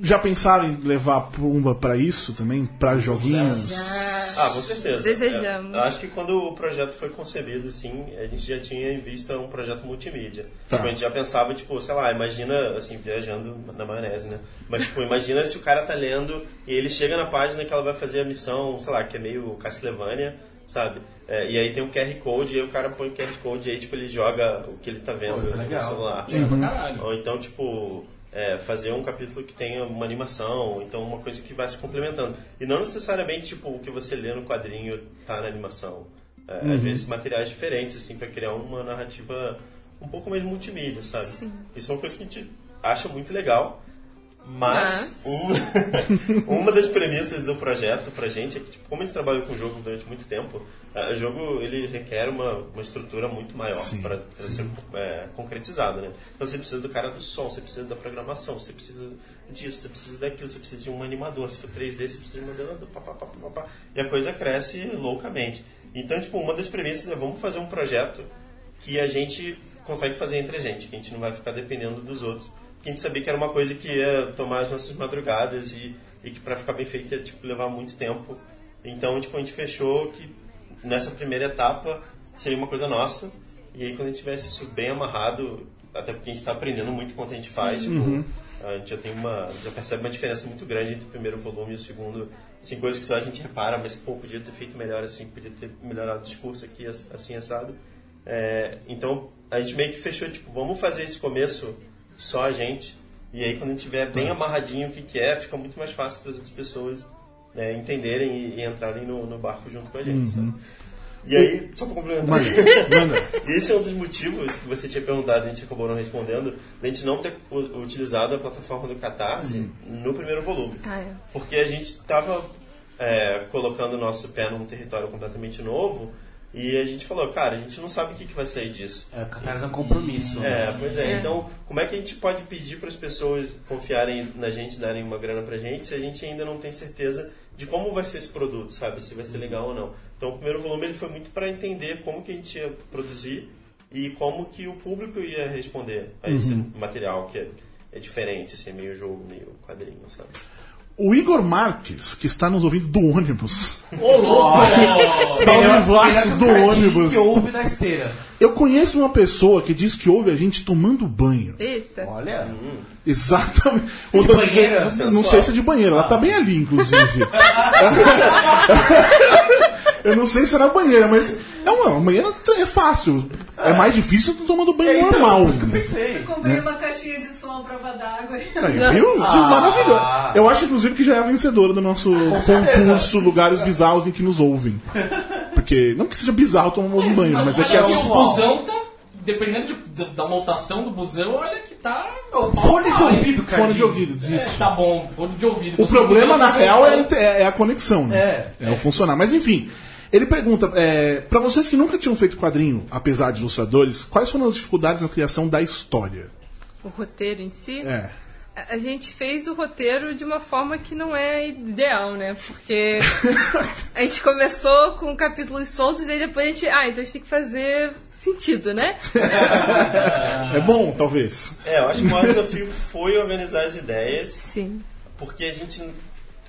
Já pensaram em levar a Pumba pra isso também? Pra joguinhos?
Ah, com certeza.
Desejamos.
É, eu acho que quando o projeto foi concebido, assim, a gente já tinha em vista um projeto multimídia.
Tá.
Tipo, a gente já pensava, tipo, sei lá, imagina, assim, viajando na maionese, né? Mas, tipo, imagina se o cara tá lendo e ele chega na página que ela vai fazer a missão, sei lá, que é meio Castlevania, sabe? É, e aí tem um QR Code, e aí o cara põe o QR Code e aí, tipo, ele joga o que ele tá vendo
Pô, isso é
no
legal.
celular.
Sim,
sabe?
pra
Uhum.
caralho.
Ou então, tipo, é, fazer um capítulo que tenha uma animação, ou então uma coisa que vai se complementando. E não necessariamente, tipo, o que você lê no quadrinho tá na animação. É, Às vezes materiais diferentes, assim, pra criar uma narrativa um pouco mais multimídia, sabe? Isso é uma coisa que a gente acha muito legal. Mas, um- *laughs* uma das premissas do projeto pra gente é que, tipo, como a gente trabalhou com o jogo durante muito tempo, eh, o jogo ele requer uma, uma estrutura muito maior
Sim,
para ser eh, concretizado, né? Então você precisa do cara do som, você precisa da programação, você precisa disso, você precisa daquilo, você precisa de um animador, se for 3D, você precisa de um modelador, pá, pá, pá, pá, pá, pá. e a coisa cresce loucamente. Então, tipo, uma das premissas é vamos fazer um projeto que a gente consegue fazer entre a gente, que a gente não vai ficar dependendo dos outros. Porque a gente sabia que era uma coisa que ia tomar as nossas madrugadas e, e que para ficar bem feito ia tipo, levar muito tempo. Então tipo, a gente fechou que nessa primeira etapa seria uma coisa nossa. E aí quando a gente tivesse isso bem amarrado, até porque a gente está aprendendo muito enquanto a gente faz, tipo, a gente já tem uma. já percebe uma diferença muito grande entre o primeiro volume e o segundo. Assim, coisas que só a gente repara, mas pô, podia ter feito melhor assim, podia ter melhorado o discurso aqui, assim, assado. É, então a gente meio que fechou, tipo, vamos fazer esse começo só a gente. E aí quando a gente tiver bem amarradinho o que, que é, fica muito mais fácil para as outras pessoas né, entenderem e, e entrarem no, no barco junto com a gente. sabe? E aí, só para complementar, esse é um dos motivos que você tinha perguntado e a gente acabou não respondendo, da gente não ter u- utilizado a plataforma do Catarse no primeiro volume.
Ah, é.
Porque a gente estava colocando o nosso pé num território completamente novo e a gente falou, cara, a gente não sabe o que, que vai sair disso.
É, Catarse é um compromisso. né?
É, pois é.
É.
Então, como é que a gente pode pedir para as pessoas confiarem na gente, darem uma grana pra gente, se a gente ainda não tem certeza de como vai ser esse produto, sabe? Se vai ser legal ou não. Então, o primeiro volume ele foi muito para entender como que a gente ia produzir e como que o público ia responder a esse material que é, é diferente, assim, meio jogo, meio quadrinho, sabe?
O Igor Marques, que está nos ouvindo do ônibus.
Ô, louco!
Está
Melhor-
Tá ouvindo
melhor que
do
o Cardinho
ônibus.
que houve na esteira.
Eu conheço uma pessoa que diz que ouve a gente tomando banho.
Eita.
Olha.
Exatamente. O
banheira?
Não sei se é de banheiro. Ela tá bem ali, inclusive. *laughs* Eu não sei se era banheira, mas. É uma banheira é fácil. É mais difícil do tomando banho
Então,
É normal. né?
por isso que eu pensei.
Comprei uma caixinha de som à prova d'água.
Aí, viu?
Ah.
Maravilhoso. Eu acho, inclusive, que já é a vencedora do nosso concurso Lugares Bizarros em que nos ouvem. Porque, não que seja bizarro tomar um banho, mas é que é
Olha, o
assusta.
busão tá. Dependendo de- da- da lotação do busão, olha que tá.
É Fone de
Ah, hein?
ouvido, cara.
Fone de ouvido, diz.
É, tá bom, fone de ouvido.
O
Vocês
problema,
poderiam
na
fazer
real,
um-
é, é- é a conexão, né? É, o funcionar. Mas enfim, ele pergunta: é, para vocês que nunca tinham feito quadrinho, apesar de ilustradores, quais foram as dificuldades na criação da história?
O roteiro em si.
É.
A a gente fez o roteiro de uma forma que não é ideal, né? Porque a gente começou com capítulos soltos e depois a gente. Ah, então a gente tem que fazer sentido, né?
Ah.
É bom, talvez.
É, eu acho que o maior desafio foi organizar as ideias
Sim.
porque a gente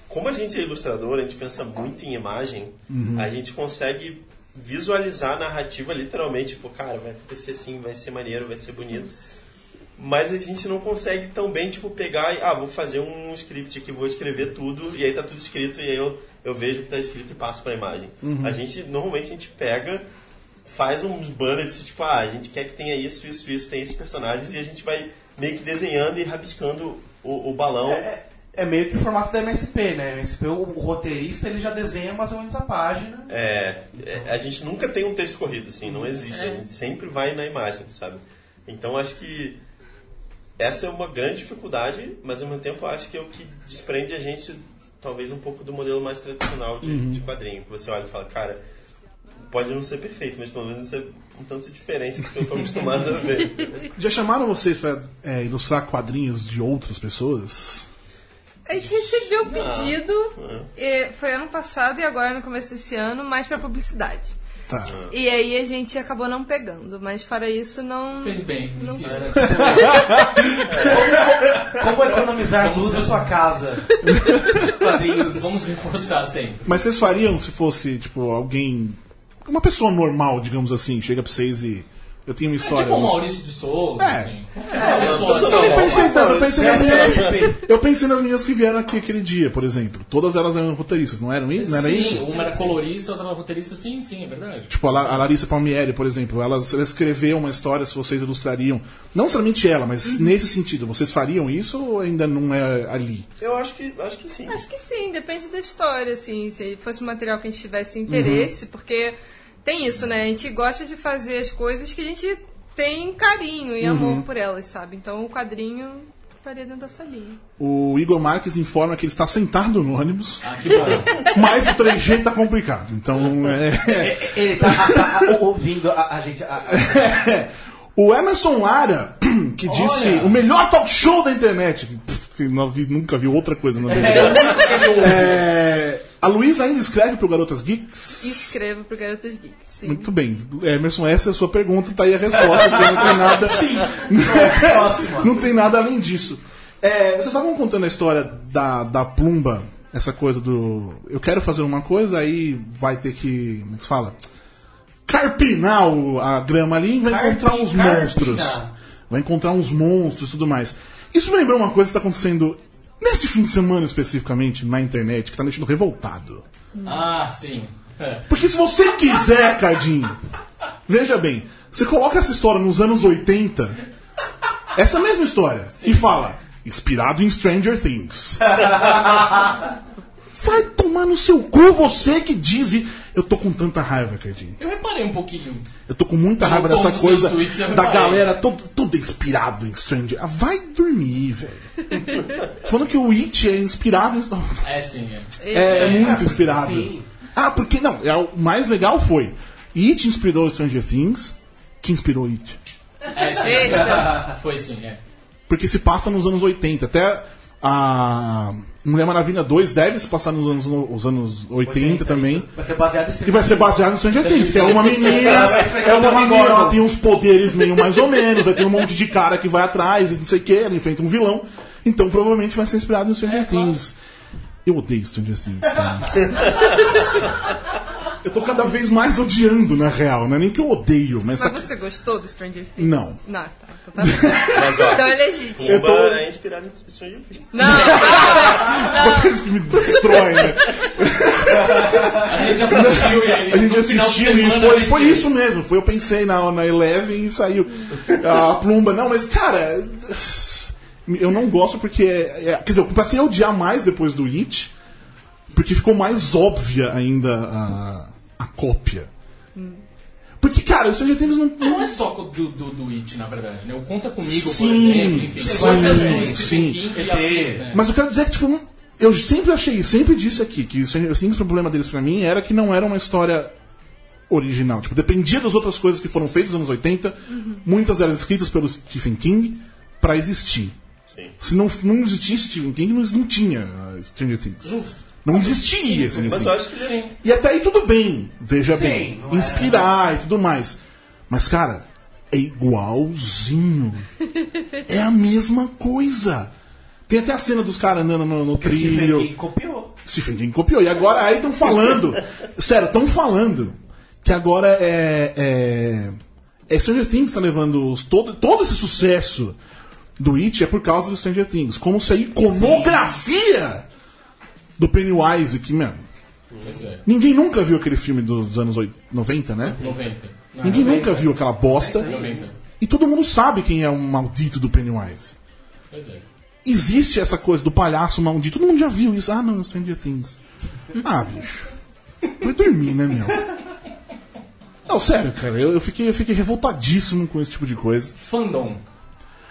como a gente é ilustrador a gente pensa muito em imagem a gente consegue visualizar a narrativa literalmente tipo cara vai acontecer assim vai ser maneiro vai ser bonito mas a gente não consegue tão bem tipo pegar e, ah vou fazer um script aqui vou escrever tudo e aí tá tudo escrito e aí eu, eu vejo o que tá escrito e passo pra imagem a gente normalmente a gente pega faz uns bullets, tipo, ah, a gente quer que tenha isso, isso, isso, tem esses personagens, e a gente vai meio que desenhando e rabiscando o, o balão.
É, é meio que o formato da MSP, né? MSP, o, o roteirista, ele já desenha mais ou menos a página.
É, é, a gente nunca tem um texto corrido, assim, não existe. A gente sempre vai na imagem, sabe? Então acho que essa é uma grande dificuldade, mas ao mesmo tempo acho que é o que desprende a
Uhum.
gente, talvez, um pouco do modelo mais tradicional de, de quadrinho. Que você olha e fala, cara, pode não ser perfeito, mas pelo menos é um tanto diferente do que eu tô acostumado a ver.
Já chamaram vocês pra é, ilustrar quadrinhos de outras pessoas?
A gente recebeu o pedido, eh, foi ano passado e agora no começo desse ano, mais pra publicidade.
Tá.
Ah.
E aí a gente acabou não pegando, mas fora isso não.
Fez bem,
Não.
insisto.
Como economizar luz da sua
*laughs*
casa?
Quadrinhos, *laughs* Vamos reforçar sempre.
Mas vocês fariam se fosse, tipo, alguém. Uma pessoa normal, digamos assim, chega pra vocês e. Eu tenho
É
uma história.
tipo o
eu-
Maurício de Souza,
É.
assim. É, uma pessoa
Eu nem
normal.
pensei tanto, eu pensei nas meninas.
Respeito.
Eu pensei nas meninas que vieram aqui aquele dia, por exemplo. Todas elas eram roteiristas, não eram, i- não era
sim,
isso?
uma era colorista, outra era roteirista, sim, sim, é verdade.
Tipo, a La- a Larissa Palmieri, por exemplo, ela, ela escreveu uma história, se vocês ilustrariam. Não somente ela, mas nesse sentido, vocês fariam isso ou ainda não é ali?
Eu acho que, acho que sim.
Acho que sim, depende da história, assim, se fosse um material que a gente tivesse
Uhum.
interesse, porque tem isso, né? A gente gosta de fazer as coisas que a gente tem carinho e
Uhum.
amor por elas, sabe? Então o quadrinho estaria dentro dessa linha.
O Igor Marques informa que ele está sentado no ônibus,
Ah, que bom.
mas o 3G tá complicado. Então, é.
Ele tá a- a- a- ouvindo a, a gente. a- a-
O Emerson Lara, *clears throat* que diz
Olha.
que o melhor talk show da internet, que, pff, que não vi- nunca viu outra coisa na vida. É, a Luísa ainda escreve pro Garotas Geeks?
E escreva pro Garotas Geeks, sim.
Muito bem. Emerson, essa é a sua pergunta, tá aí a resposta, porque não tem nada.
Próxima.
não tem nada além disso. É, vocês estavam contando a história da, da plumba, essa coisa do. Eu quero fazer uma coisa, aí vai ter que. Como é que se fala? Carpinar o- a grama ali e vai
Carpi-
encontrar uns
carpina.
monstros. Vai encontrar uns monstros e tudo mais. Isso me lembrou uma coisa que tá acontecendo neste fim de semana especificamente na internet, que tá me deixando revoltado.
Ah, sim. É.
Porque se você quiser, Cardinho, veja bem, você coloca essa história nos anos 80, essa mesma história, e fala, inspirado em Stranger Things. Vai tomar no seu cu você que diz. e- Eu tô com tanta raiva, Cardinho.
Eu reparei um pouquinho.
Eu tô com muita raiva
tom
dessa
dos
coisa
seus tweets, eu
da
reparei.
galera todo, todo inspirado em Stranger. Ah, vai dormir, velho. Tô falando que o It é inspirado em.
É, sim. é.
É, é muito inspirado.
sim.
Ah, porque não, é, o mais legal foi. It inspirou Stranger Things, que inspirou It.
É, sim.
Eita.
*laughs* Foi sim, é.
Porque se passa nos anos 80. Até a Mulher Maravilha 2 deve se passar nos anos, no- os anos 80, também.
Vai ser baseado em
E vai ser baseado no Stranger Things, que é uma menina, é uma menina, ela tem uns poderes meio mais ou menos, aí tem um monte de cara que vai atrás e não sei o que, ela enfrenta um vilão. Então provavelmente vai ser inspirado em Stranger Things. Eu odeio Stranger Things, cara. Eu tô cada vez mais odiando, na real, não é nem que eu odeio, mas tá.
Mas você gostou do Stranger Things?
Não.
Não, tá. Então, tá bom.
Mas ó,
então é
*laughs*
legítimo.
Pumba
Eu tô-
é inspirado em Stranger Things.
Não, não,
Aqueles que me destroem, né?
A gente assistiu e aí,
A gente
no final de
assistiu e
semana, né, a
foi,
gente-
foi isso mesmo. Foi eu pensei na, na Eleven e saiu a plumba. Não, mas cara, eu não gosto porque. é- é- quer dizer, eu passei a odiar mais depois do It, porque ficou mais óbvia ainda a, a cópia. Porque, cara, o Stranger Things não. não
Não é só do, do, do It, na verdade, né? O Conta Comigo,
Sim,
por exemplo, enfim.
sim,
Agora essas duas que
sim.
tem que ir a vez, né?
Mas eu quero dizer que, tipo, eu sempre achei isso, sempre disse aqui, que o Stranger Things, o problema deles pra mim era que não era uma história original. Tipo, dependia das outras coisas que foram feitas nos anos 80, muitas delas escritas pelo Stephen King, pra existir.
Sim.
Se não, não existisse Stephen King, não, não tinha ah, Stranger Things.
Justo.
Não existia Stranger Things.
Mas eu acho que
Sim.
E até aí tudo bem, veja bem.
não é-
Inspirar e tudo mais. Mas, cara, é
*laughs*
igualzinho. é a mesma coisa. Tem até a cena dos caras andando no, no
Stephen
trilho.
King copiou.
Stephen King copiou. E agora aí estão
*laughs*
falando. sério, estão falando que agora é. é... É Stranger Things tá levando os- todo, todo esse sucesso do It é por causa do Stranger Things. Como se a iconografia do Pennywise, que, mano,
Pois é.
Ninguém nunca viu aquele filme dos anos oit- 90, né?
90. Não,
Ninguém nunca viu aquela bosta.
90.
E todo mundo sabe quem é o maldito do Pennywise.
Pois é.
Existe essa coisa do palhaço maldito. Todo mundo já viu isso. Ah, não, Stranger Things. Ah, bicho. Vai dormir, né, meu? Não, sério, cara. Eu, eu fiquei, eu fiquei revoltadíssimo com esse tipo de coisa.
Fandom.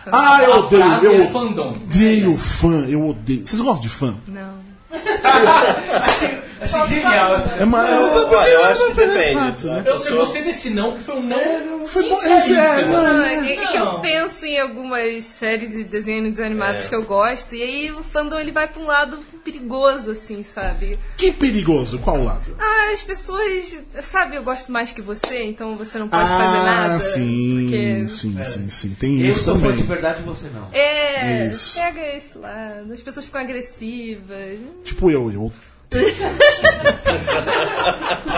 Ah, eu
A
odeio.
frase
Eu
é fandom.
*laughs* odeio fã. Eu odeio. Vocês gostam de fã?
não.
Achei é genial esse
É maravilhoso.
Olha, eu acho que
Fato,
depende.
né?
A
assim. Eu, eu
pessoa-
gostei desse não, que foi um não
foi bom, é,
sinceríssimo.
não.
Não, é, que- é que
Não.
eu penso em algumas séries e desenhos animados
É.
que eu gosto, e aí o fandom ele vai pra um lado perigoso, assim, sabe?
Que perigoso, qual lado?
Ah, as pessoas. Sabe, eu gosto mais que você, então você não pode fazer nada.
Ah, sim,
porque-
sim, sim, sim. Tem
É. Eu
isso
sou fã de
também.
verdade e você não.
É,
Isso.
pega esse lado. As pessoas ficam agressivas.
Tipo eu, eu,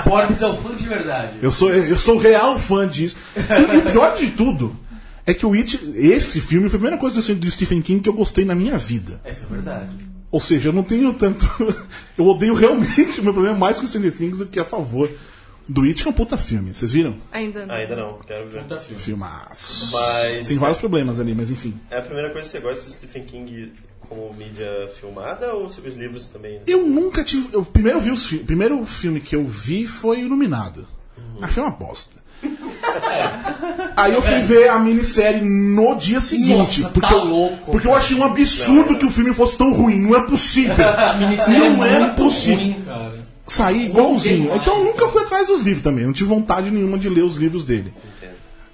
Borbs é o fã de verdade.
eu sou eu sou um real fã disso. E o pior de tudo é que o It, esse filme foi a primeira coisa do Stephen King que eu gostei na minha vida.
É, Isso é verdade.
Ou seja, eu não tenho tanto. *laughs* eu odeio realmente o meu problema é mais com o Stranger Things do que a favor do It, que é um puta filme. Vocês viram?
Ainda não.
Ah, Ainda não, quero ver.
um Puta filme.
Filmaço.
Mas-
Tem vários problemas ali, mas enfim.
É a primeira coisa que você gosta do Stephen King como mídia filmada ou sobre os livros também?
Eu nunca tive. Eu primeiro vi os fi- o primeiro filme que eu vi foi Iluminado. Achei uma bosta. Aí eu fui ver a minissérie no dia
É.
seguinte.
Nossa,
porque
tá
eu,
louco,
porque eu achei um absurdo que o filme fosse tão ruim. Não é
*laughs*
possível.
Minissérie é
Não era
muito
possível.
ruim, cara.
sair igualzinho.
demais,
então eu nunca
cara.
fui atrás dos livros também. Não tive vontade nenhuma de ler os livros dele.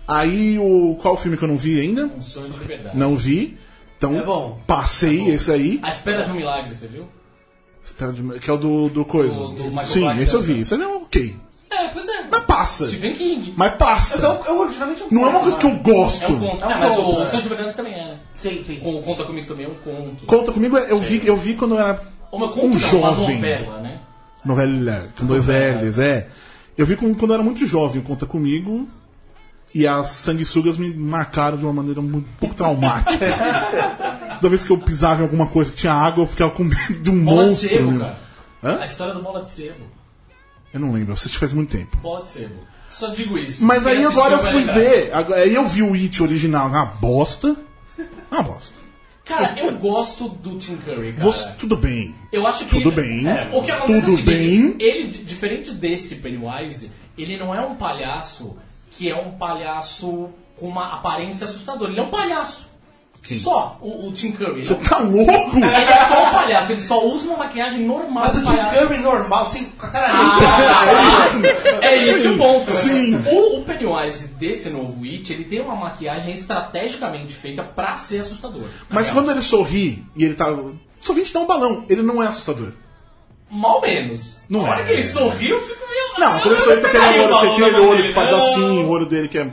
Aí o. Qual filme que eu não vi ainda?
Um sonho de liberdade.
Não vi. Então
É bom.
passei esse aí.
A espera de um milagre, você viu?
Espera de- Que é o do, do coisa.
Do- do Michael
Sim,
Black,
esse eu
né?
vi. Esse aí é ok.
É, pois é.
Mas passa.
Stephen King.
Mas passa.
Então, eu originalmente
Não é uma coisa que eu gosto.
É um conto.
É
Ah,
um
mas
conto,
o
né?
Sonho de Liberdade também é, né?
Sim, sim.
Com- Conta comigo também é um conto.
Conta comigo, eu vi, eu vi quando eu era
É. Uma conto
um
não, uma
jovem.
novela, né?
Novela, com dois L's, é. Eu vi com- quando eu era muito jovem, conta comigo. E as sanguessugas me marcaram de uma maneira muito, um
*laughs*
pouco traumática. Toda vez que eu pisava em alguma coisa que tinha água, eu ficava com medo de um
Bola de
monstro.
sebo,
meu.
cara.
Hã?
A história do Bola de Sebo.
Eu não lembro, eu assisti faz muito tempo.
Bola de Sebo. Só digo isso.
Mas
Quem
aí
assistiu
agora eu
vai
fui
lembrar.
ver. agora- Aí eu vi o It original na bosta. Na bosta.
Cara, eu gosto do Tim Curry, cara.
Você, tudo bem.
Eu acho que.
Tudo bem.
É, o que acontece
Tudo
é o seguinte,
bem.
Ele, di- diferente desse Pennywise, ele não é um palhaço que é um palhaço com uma aparência assustadora. Ele é um palhaço. Só o, o Tim Curry. Ele
Você
é um-
tá louco?
ele é só um palhaço, ele só usa uma maquiagem normal
Mas o
de
Jim
palhaço.
Curry normal, assim, com a cara
É esse o ponto. né?
sim.
O, o Pennywise desse novo It, ele tem uma maquiagem estrategicamente feita pra ser assustador. Assim,
Mas
Cara,
quando ele sorri e ele tá. Sorvinte dá um balão, ele não é assustador.
Mal menos.
Não
Na hora
é.
que ele sorriu, eu fico meio...
Não, quando ele sorri, tem aquele
Caiu o
olho,
balão
tem aquele
na mão
olho
dele.
que faz assim, o olho dele que é.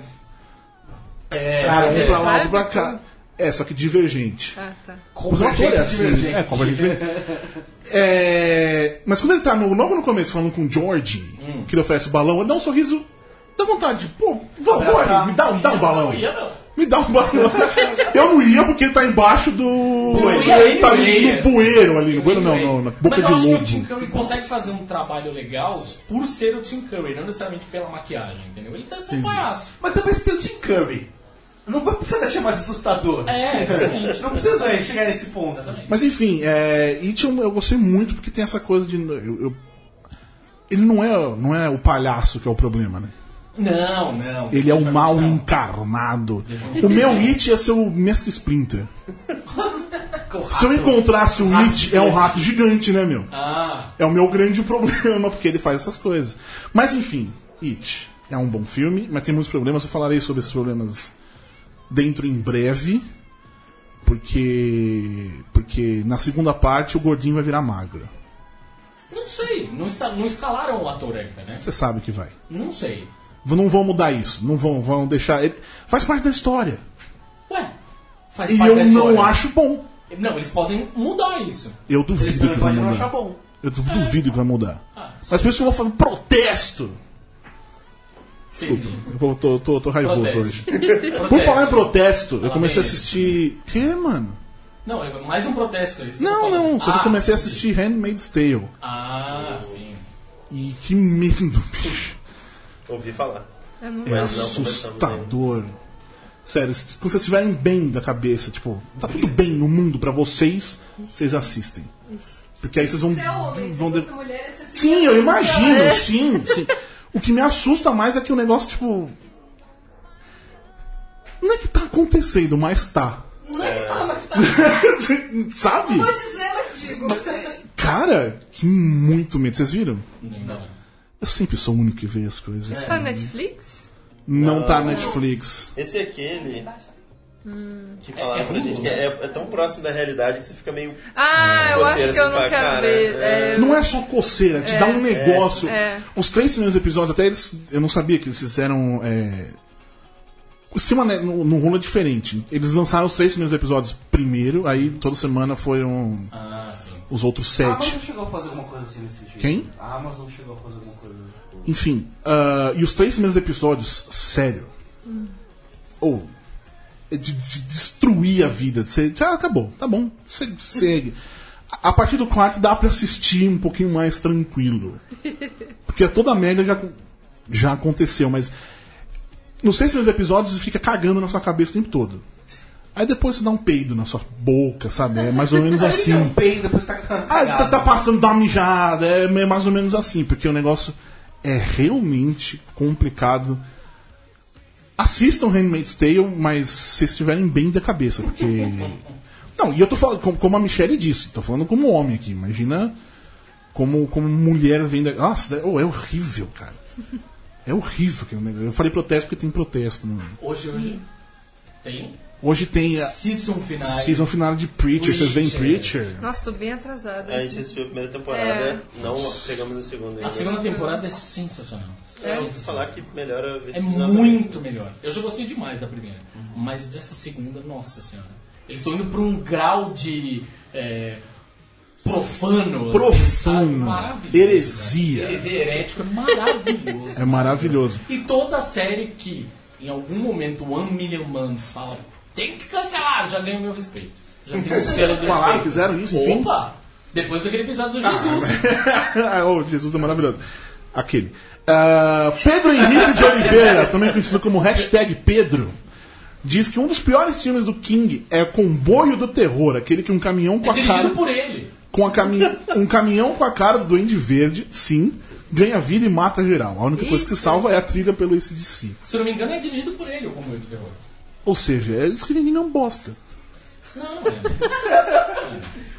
É,
Cara,
mas
um
é-
pra lá, outro pra cá. É, só que divergente.
Ah, tá.
Mas o ator é assim.
Divergente.
É, convergente. divergente. É, mas quando ele tá no, logo no começo falando com o George,
Hum.
que ele oferece o balão, ele dá um sorriso. Dá vontade, pô, vou, vou
Abraçar.
ali, me dá, um- dá um balão.
Não ia, não.
Me dá
*laughs*
um balão. Eu não ia porque ele tá embaixo do.
ia
ele tá
anyway,
no
assim.
bueiro ali, no bueiro não, não, na boca
Mas eu
de
acho
lobo.
que o Tim Curry consegue fazer um trabalho legal por ser o Tim Curry, não necessariamente pela maquiagem, entendeu? Ele tá sendo um palhaço.
Mas também você tem o Jim Curry. Não precisa deixar mais assustador.
É, exatamente.
Não precisa chegar nesse ponto.
Mas enfim, é, It eu, eu gostei muito porque tem essa coisa de. eu- eu- ele não é, não é o palhaço que é o problema, né?
Não, não.
Ele é o mal
Não.
encarnado. O meu It ia ser o Mestre Splinter. Se eu encontrasse o It, é um rato gigante, né, meu?
Ah,
É o meu grande *laughs* problema, porque ele faz essas coisas. Mas enfim, It é um bom filme, mas tem muitos problemas. Eu falarei sobre esses problemas dentro em breve. Porque. Porque na segunda parte o gordinho vai virar magro.
não sei. Não, está, não escalaram o ator ainda, né?
Você sabe que vai.
Não sei.
V- Não vão mudar isso. Não vão, vão deixar. Ele... Faz parte da história.
Ué, faz
E
parte
eu
da
não
história.
acho bom.
Não, eles podem mudar isso.
Eu
Eles
duvido
também
que vai
podem não achar
mudar.
bom.
Eu du- duvido que vai mudar.
Ah,
As pessoas vão falar protesto.
Sim, sim.
Eu tô, tô, tô
*laughs*
raivoso hoje.
Protesto.
Por
Protesto.
falar em protesto, eu
Fala
comecei a
bem.
assistir. Que, mano?
Não, é mais um protesto. é isso que eu
Não,
tô falando.
não, só que eu
Ah,
comecei a assistir Handmaid's Tale.
Ah, sim.
E que medo, bicho.
Ouvi falar.
É
Mas não, começamos
assustador. Sério, se quando vocês estiverem bem da cabeça, tipo, tá tudo bem no mundo pra vocês, vocês assistem. Porque aí vocês vão.
Você é homem,
vão
se
de-
fosse mulher, você né? se
Sim, eu imagino, sim, sim. O que me assusta mais é que o negócio, tipo. Não é que tá acontecendo, mas tá.
Não é que tá, mas tá.
*laughs* Sabe?
Vou dizer, mas digo.
Cara, que muito medo. Vocês viram?
Não.
Eu sempre sou o único que vê as coisas.
Isso tá no Netflix?
Não tá na Netflix.
Esse é aquele que falaram pra gente que é, é tão próximo da realidade que você fica meio.
Ah, eu
Você,
acho que eu
você
não
fala,
quero
cara,
ver.
é-
é.
Não é só coceira, te dá um negócio.
é.
Os três primeiros episódios, até eles. Eu não sabia que eles fizeram. É... O esquema né, não não rola diferente. Eles lançaram os três primeiros episódios primeiro, aí toda semana foram
Ah, sim.
os outros
A
sete.
Amazon chegou a fazer alguma coisa assim nesse sentido.
Quem?
A Amazon chegou a fazer alguma coisa.
Enfim, ah, e os três primeiros episódios, sério. Ou. é de, de destruir a vida. de Você, ah, acabou, tá bom, se- segue. A a partir do quarto dá pra assistir um pouquinho mais tranquilo. Porque é toda a merda já, já aconteceu, mas. Nos três primeiros episódios fica cagando na sua cabeça o tempo todo. Aí depois você dá um peido na sua boca, sabe? É mais ou menos assim.
Um peido, depois tá cantando.
Ah, você tá passando da mijada, é me- mais ou menos assim, porque o negócio é realmente complicado. Assistam Handmaid's Tale, mas se estiverem bem da cabeça, porque. Não, e eu tô falando, como, como a Michelle disse, tô falando como homem aqui, imagina como, como mulher vendo. Nossa, é, oh, é horrível, cara. É horrível aquele negócio. Eu falei protesto porque tem protesto. né?
Hoje, hoje. Tem?
Hoje tem a
Season final.
season final de Preacher, vocês veem
Preacher.
Preacher?
Nossa, tô bem atrasada.
A gente assistiu a primeira temporada,
É.
não pegamos a segunda ainda.
A segunda temporada é sensacional.
Eu ouvi falar que melhora a vida
É
de lançamento.
muito melhor. Eu já gostei demais da primeira. Mas essa segunda, nossa senhora. Eles estão indo pra um grau de. é, profano. assim, sabe?
Profano.
Maravilhoso.
Heresia.
né? Heresia herético é maravilhoso.
*laughs* É maravilhoso.
E toda série que, em algum momento, o One Million Moms fala tem que cancelar, já ganha o meu respeito. Já tem o selo do
Falaram,
respeito.
fizeram isso, enfim.
Opa! Depois daquele episódio do Jesus.
Ah, *laughs* oh, Jesus é maravilhoso. Aquele. Ah, Pedro Henrique de Oliveira, também conhecido como hashtag Pedro, diz que um dos piores filmes do King é Comboio do Terror, aquele que um caminhão com
é
a cara.
dirigido por ele.
Com a cami... Um caminhão com a cara do Duende Verde, sim, ganha vida e mata geral. A única coisa que se salva é a trilha pelo ACDC.
Se eu não me engano, é dirigido por ele o Comboio do Terror.
Ou seja, eles que ninguém não bosta.
Não, é.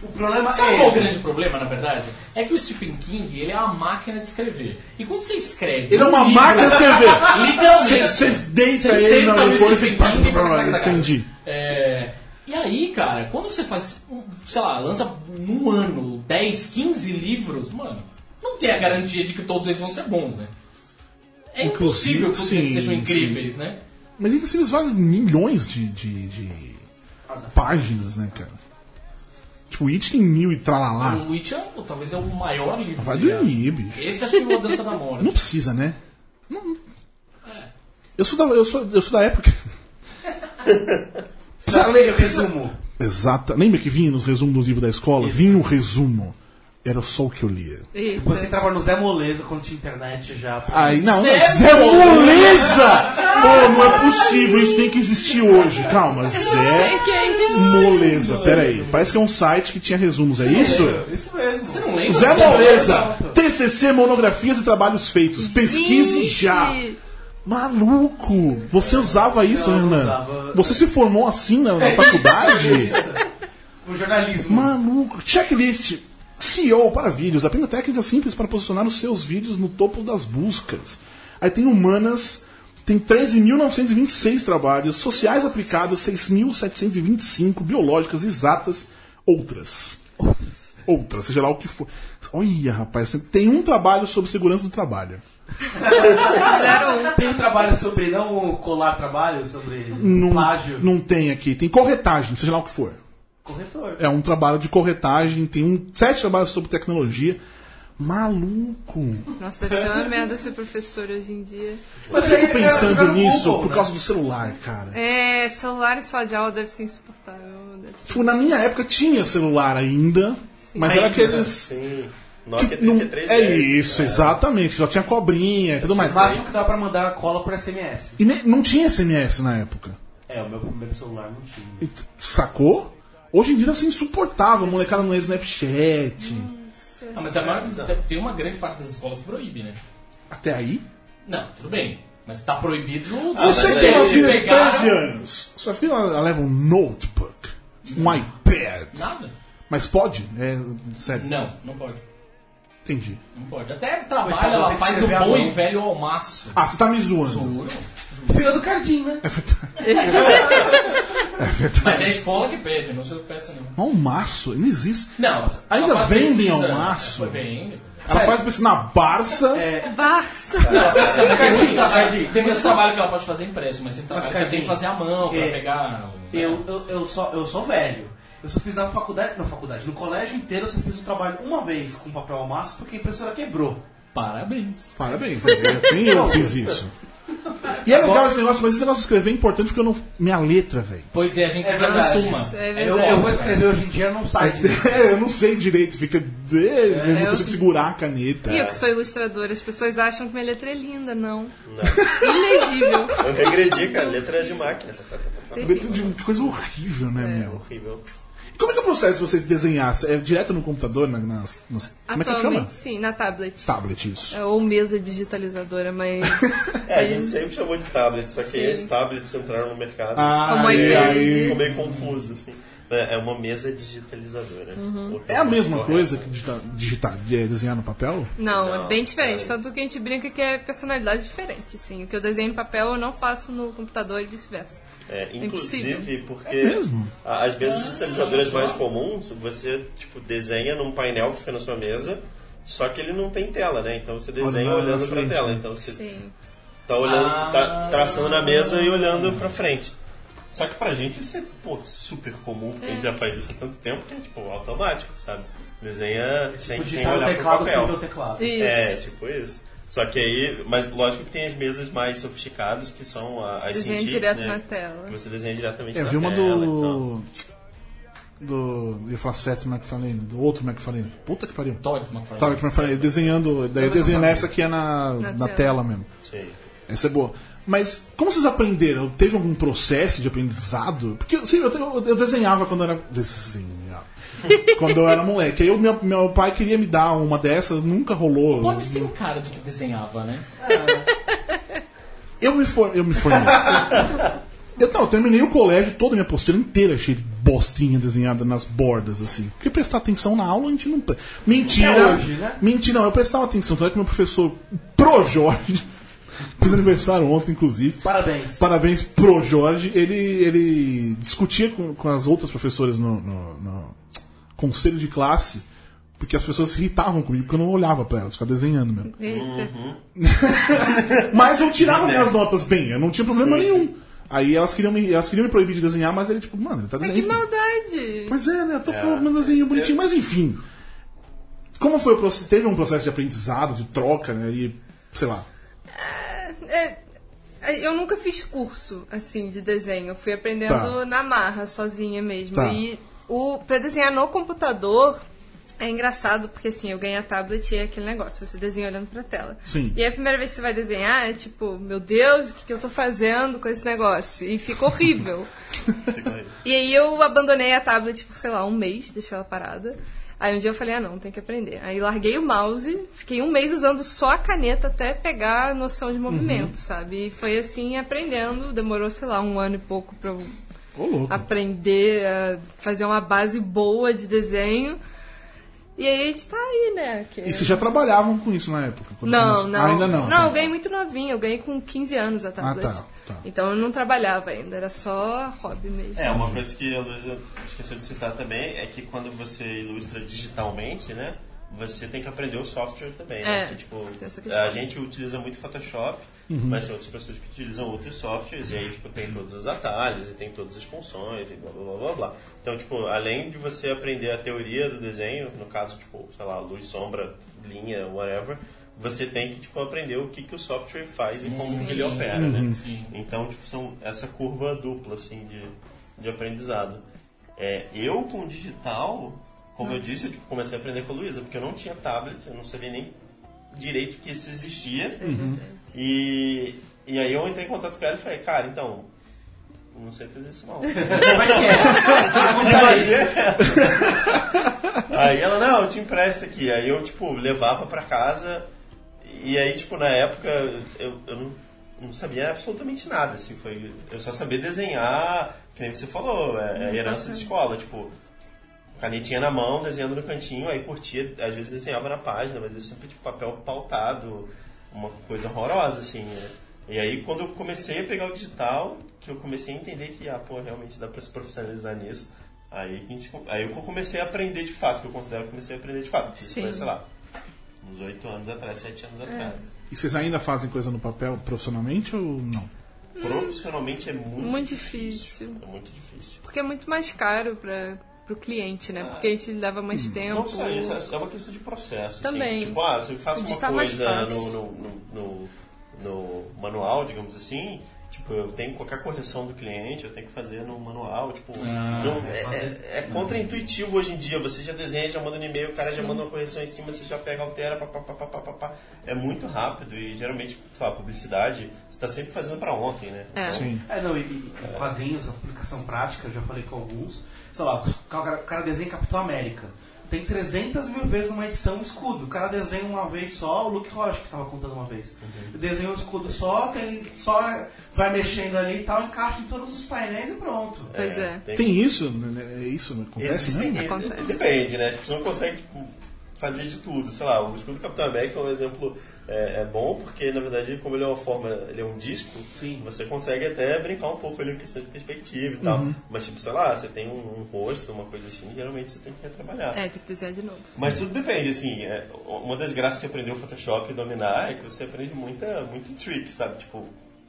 O
Ah,
problema
Sabe qual é o
é.
grande problema, na verdade? É que o Stephen King, ele é uma máquina de escrever. E quando você escreve...
Ele é
um
uma
livro,
máquina de escrever. *laughs*
Literalmente.
Vocês- vocês deitam
Você
ele na
senta no
coisa e
Stephen
pá,
King...
pá, pá,
e-
entendi.
É, E aí, cara, quando você faz, um, sei lá, lança num ano 10, 15 livros, mano, não tem a garantia de que todos eles vão ser bons, né? É
Inclusive,
impossível que todos eles
sim,
sejam incríveis, né?
Mas ainda assim eles fazem milhões de, de, de páginas, né, cara? Tipo, It tem mil e tralalá.
O Witch é, o- talvez é o maior livro.
Ah. Vai
né?
dormir, bicho.
Esse acho que é o Dança da
*laughs*
Morte.
Não precisa, né? Não- não. Eu sou da, eu sou, eu sou da época. *laughs*
Precisa ler o resumo.
Exata. Lembra que vinha nos resumos dos livros da escola? Vinha o resumo. Era só o que eu lia.
Eita.
Você entrava no Zé Moleza quando tinha internet já.
Aí, não,
Zé
não.
é
Zé Moleza! Pô, não é possível, isso tem que existir hoje. Calma, Zé
Sei que é isso.
Moleza. Pera aí, parece que é um site que tinha resumos, é isso?
Isso mesmo. Você
Não é lembra?
Zé
Você não
Moleza, TCC, monografias e trabalhos feitos. Pesquise já.
Gente,
Maluco, você usava isso,
não
Renan?
usava. É.
Você se formou assim na, na
*laughs*
faculdade?
O jornalismo.
Maluco, checklist. CEO para vídeos, apenas técnica simples para posicionar os seus vídeos no topo das buscas. Aí tem humanas, tem 13.926 trabalhos, sociais aplicadas 6.725, biológicas exatas, outras. Outras. Outras, seja lá o que for. Olha, rapaz, tem um trabalho sobre segurança do trabalho.
zero um.
Tem um trabalho sobre não colar trabalho, sobre
Não,
plágio.
não tem aqui, tem corretagem, seja lá o que for.
Corretor.
é um trabalho de corretagem, tem um sete trabalhos sobre tecnologia. Maluco!
Nossa, deve ser uma merda ser professor hoje em dia.
Eu fico
aí a galera fica
tá pensando
no
nisso
Google,
por
né?
causa do celular, cara.
É, celular e sala de aula deve ser insuportável. Deve ser...
Tipo, na minha época tinha celular ainda, mas era aqueles.
Sim.
que
Nokia
não-
3310.
é
né?
isso, exatamente. Já tinha cobrinha e tudo mais.
O máximo um que dá pra mandar a cola por SMS.
E ne- não tinha SMS na época.
É, o meu primeiro celular não tinha.
E t- Sacou? Hoje em dia deve ser insuportável, a molecada não é Snapchat.
Ah, mas a maior, tem uma grande parte das escolas que proíbe, né?
Até aí?
Não, tudo bem. Mas tá proibido
Se
o
você
mas
tem
aí
uma
ele
filha de 13 anos, sua filha ela leva um notebook, um iPad,
Nada.
Mas pode? É, sério.
Não, não pode.
Entendi.
Não pode. Até trabalha,
Coitado,
ela
tem que
faz do
escrever a
bom e
mão.
velho almaço.
Ah, você tá me zoando.
Juro.
Filha do Cardim, né?
Mas é escola que pede, não sei o que peça não.
Não, maço, não existe.
Não.
Ainda
ela faz
vendem
pesquisa.
almaço?
Vende.
Ela faz pesquisa na Barça.
É. Barça.
Essa pesquisa tem muito trabalho-
Cardinho.
Tem muito trabalho que ela pode fazer impresso, mas tem trabalho que ela tem
Cardinho,
que fazer à mão pra
é,
pegar.
Eu, eu, eu, só, eu sou velho. Eu só fiz na faculdade, na faculdade, no colégio inteiro eu só fiz o trabalho uma vez com papel almaço porque a impressora quebrou.
Parabéns.
Parabéns, André. nem eu fiz isso. E é legal esse negócio, mas esse negócio de escrever é importante porque eu não. Minha letra, velho.
Pois é, a gente
É
se
verdade.
acostuma.
É
Eu,
verdade.
eu vou escrever hoje em dia, não sai de mim.
*laughs* É, eu não sei direito, fica. é, Eu não
É, eu-
consigo segurar a caneta.
E eu que sou ilustradora, as pessoas acham que minha letra é linda, não. Ilegível.
Eu regredi, cara. Letra de máquina.
Letra de- Que coisa horrível, né,
É.
meu?
Horrível.
E Como é que é o processo de vocês desenhar? É direto no computador, na- nas, nas- como é que chama?
Atualmente, sim, na tablet.
Tá.
Tablet, isso.
É, Ou mesa digitalizadora, mas.
*laughs* É, a gente sempre chamou de tablet, só que
Sim.
esses tablets entraram no mercado.
Ah,
Como é
e
que é?
aí-
Ficou meio confuso, assim. É é uma mesa digitalizadora.
Uhum.
Ou
É a mesma
correto.
coisa que digitar, digitar- de- é, desenhar no papel?
Não, é
Não,
bem diferente.
é.
Tanto que a gente brinca que é personalidade diferente, assim. O que eu desenho em papel eu não faço no computador e vice-versa.
É,
impossível. Ah.
inclusive porque
mesmo?
a- as mesas digitalizadoras mais comuns, você tipo, desenha num painel que fica na sua mesa, só que ele não tem tela, né? Então você desenha
na
olhando pra
frente,
tela.
né?
Então você
Sim.
tá olhando,
Ah.
tá traçando na mesa e olhando pra frente. Só que pra gente isso é pô, super comum, porque a gente já faz isso há tanto tempo que é tipo automático, sabe? Desenha sem,
Tipo,
sem
digitar o
olhar pro
teclado sem
papel.
ver o teclado.
Isso.
É, tipo isso. Só que aí, mas lógico que tem as mesas mais sofisticadas, que são a- as
Desenha
Cintiqs,
direto
né?
na tela.
Que Você desenha diretamente
É,
na
vi uma
tela. e tal.
do. Do. Eu ia falar Seth MacFarlane, do outro MacFarlane. Puta que pariu. Tá,
Todd McFarlane.
Tava que MacFarlane desenhando. Daí eu desenho nessa que é na, na,
Na
tela.
tela.
mesmo.
Sim.
Essa é boa. Mas como vocês aprenderam? Teve algum processo de aprendizado? Porque, sim, eu, eu- eu desenhava quando eu era. Desenhava. *laughs* quando eu era moleque. Aí eu- meu, meu pai queria me dar uma dessas, nunca rolou.
Boris tem um cara de que desenhava, né?
Eu me, for, eu me
*laughs*
formei. Eu, não, eu terminei o colégio, toda a minha postura inteira cheia de bostinha desenhada nas bordas, assim. Porque prestar atenção na aula a gente não. pre- Mentira!
Até hoje, né?
Mentira, não, eu prestava atenção. Tanto é que meu professor, Pro Jorge, *laughs* fiz aniversário ontem, inclusive.
Parabéns.
Parabéns pro Jorge. Ele, ele discutia com, com as outras professoras no, no- no conselho de classe, porque as pessoas se irritavam comigo, porque eu não olhava pra elas, ficava desenhando mesmo.
Eita.
Mas eu tirava minhas notas bem, eu não tinha problema nenhum. Aí elas queriam, me, elas queriam me proibir de desenhar, mas ele, tipo, mano, ele tá
Mas
É
desenhando.
É que
isso.
maldade!
Pois é, né? Eu tô formando desenho bonitinho, mas enfim. Como foi o processo? Teve um processo de aprendizado, de troca, né? E, sei lá.
É, é, eu nunca fiz curso, assim, de desenho. Eu fui aprendendo
Tá.
na marra, sozinha mesmo.
Tá.
E o, pra desenhar no computador... É engraçado, porque assim, eu ganhei a tablet e é aquele negócio, você desenha olhando pra tela.
Sim.
E a primeira vez que você vai desenhar é tipo, meu Deus, o que, que eu tô fazendo com esse negócio? E
*laughs*
fica horrível.
Fica aí.
E aí eu abandonei a tablet por, sei lá, um mês, deixei ela parada. Aí um dia eu falei, ah não, tem que aprender. Aí larguei o mouse, fiquei um mês usando só a caneta até pegar a noção de
Uhum.
movimento, sabe? E foi assim, aprendendo, demorou, sei lá, um ano e pouco pra eu
Ô, louco.
aprender a fazer uma base boa de desenho. E aí a gente tá aí, né? que-
E vocês já trabalhavam com isso na época? quando
Não,
começou?
não.
Ah, ainda não.
Não,
tá.
eu ganhei muito novinha, eu ganhei com 15 anos a tablet.
tá, tá.
Então eu não trabalhava ainda, era só hobby mesmo.
É, uma coisa que a Luísa esqueceu de citar também é que quando você ilustra digitalmente, né? Você tem que aprender o software também, né?
É,
Porque,
tem
tipo,
essa questão.
a gente utiliza muito Photoshop, mas tem outras pessoas que utilizam outros softwares, e aí, tipo, tem todos os atalhos, e tem todas as funções, e blá, blá, blá, blá, blá. Então, tipo, além de você aprender a teoria do desenho, no caso, tipo, sei lá, luz, sombra, linha, whatever, você tem que, tipo, aprender o que, que o software faz e como que ele opera, né?
Sim.
Então, tipo, são essa curva dupla, assim, de, de aprendizado. É, eu, com o digital, como eu disse, eu tipo, comecei a aprender com a Luísa, porque eu não tinha tablet, eu não sabia nem direito que isso existia. E, e aí eu entrei em contato com ela e falei, cara, então, eu não sei fazer isso não.
Como é que é?
Aí ela, não, eu te empresto aqui. Aí eu, tipo, levava pra casa. E aí, tipo, na época, eu, eu não, não sabia absolutamente nada, assim. Foi, eu só sabia desenhar, que nem você falou, é, é herança de escola, tipo... canetinha na mão, desenhando no cantinho, aí curtia, às vezes desenhava na página, mas isso sempre tipo papel pautado, uma coisa horrorosa, assim. né? E aí quando eu comecei a pegar o digital, que eu comecei a entender que, ah, pô, realmente dá pra se profissionalizar nisso, aí, que a gente, aí eu comecei a aprender de fato, que eu considero que comecei a aprender de fato, que isso
Sim.
foi, sei lá, uns oito anos atrás, sete
É.
anos atrás.
E vocês ainda fazem coisa no papel profissionalmente ou não?
Profissionalmente é muito,
Hum. Muito difícil.
É muito difícil.
Porque é muito mais caro para pro cliente, né? Porque a gente leva mais
Hum,
tempo.
Não só isso, é uma questão de processo.
um Também.
Assim. Tipo, ah, se eu faço uma
Está mais
coisa
fácil.
no, no, no, no- no manual, digamos assim, tipo, eu tenho qualquer correção do cliente, eu tenho que fazer no manual, tipo, não, é, é, é contraintuitivo hoje em dia. Você já desenha, já manda no e-mail, o cara já manda uma correção em cima, você já pega, altera, papapá, papapá. É muito rápido e geralmente, sei lá, publicidade, você está sempre fazendo para ontem, né?
É.
Sim.
É, não, e, e quadrinhos, aplicação prática, eu já falei com alguns. Sei lá, o cara, o cara desenha Capitão América. Tem 300 mil vezes uma edição um escudo. O cara desenha uma vez só, o Luke Rocha que tava contando uma vez. Desenha um escudo só, que ele só vai mexendo ali e tal, encaixa em todos os painéis e pronto.
Pois é.
tem
Tem isso? né? É isso? né? Acontece
Existem,
mesmo?
eh,
Acontece.
Depende, né? As pessoas não conseguem tipo, fazer de tudo. Sei lá, o escudo do Capitão América é um exemplo é, é bom, porque na verdade, como ele é uma forma, ele é um disco,
Sim.
você consegue até brincar um pouco ali em questão de perspectiva e tal. Mas, tipo, sei lá, você tem um, um rosto, uma coisa assim, geralmente você tem que trabalhar.
É, tem que desenhar de novo.
Mas tudo depende, assim, é, uma das graças de aprender o Photoshop e dominar é que você aprende muita, muito trick, sabe? Tipo,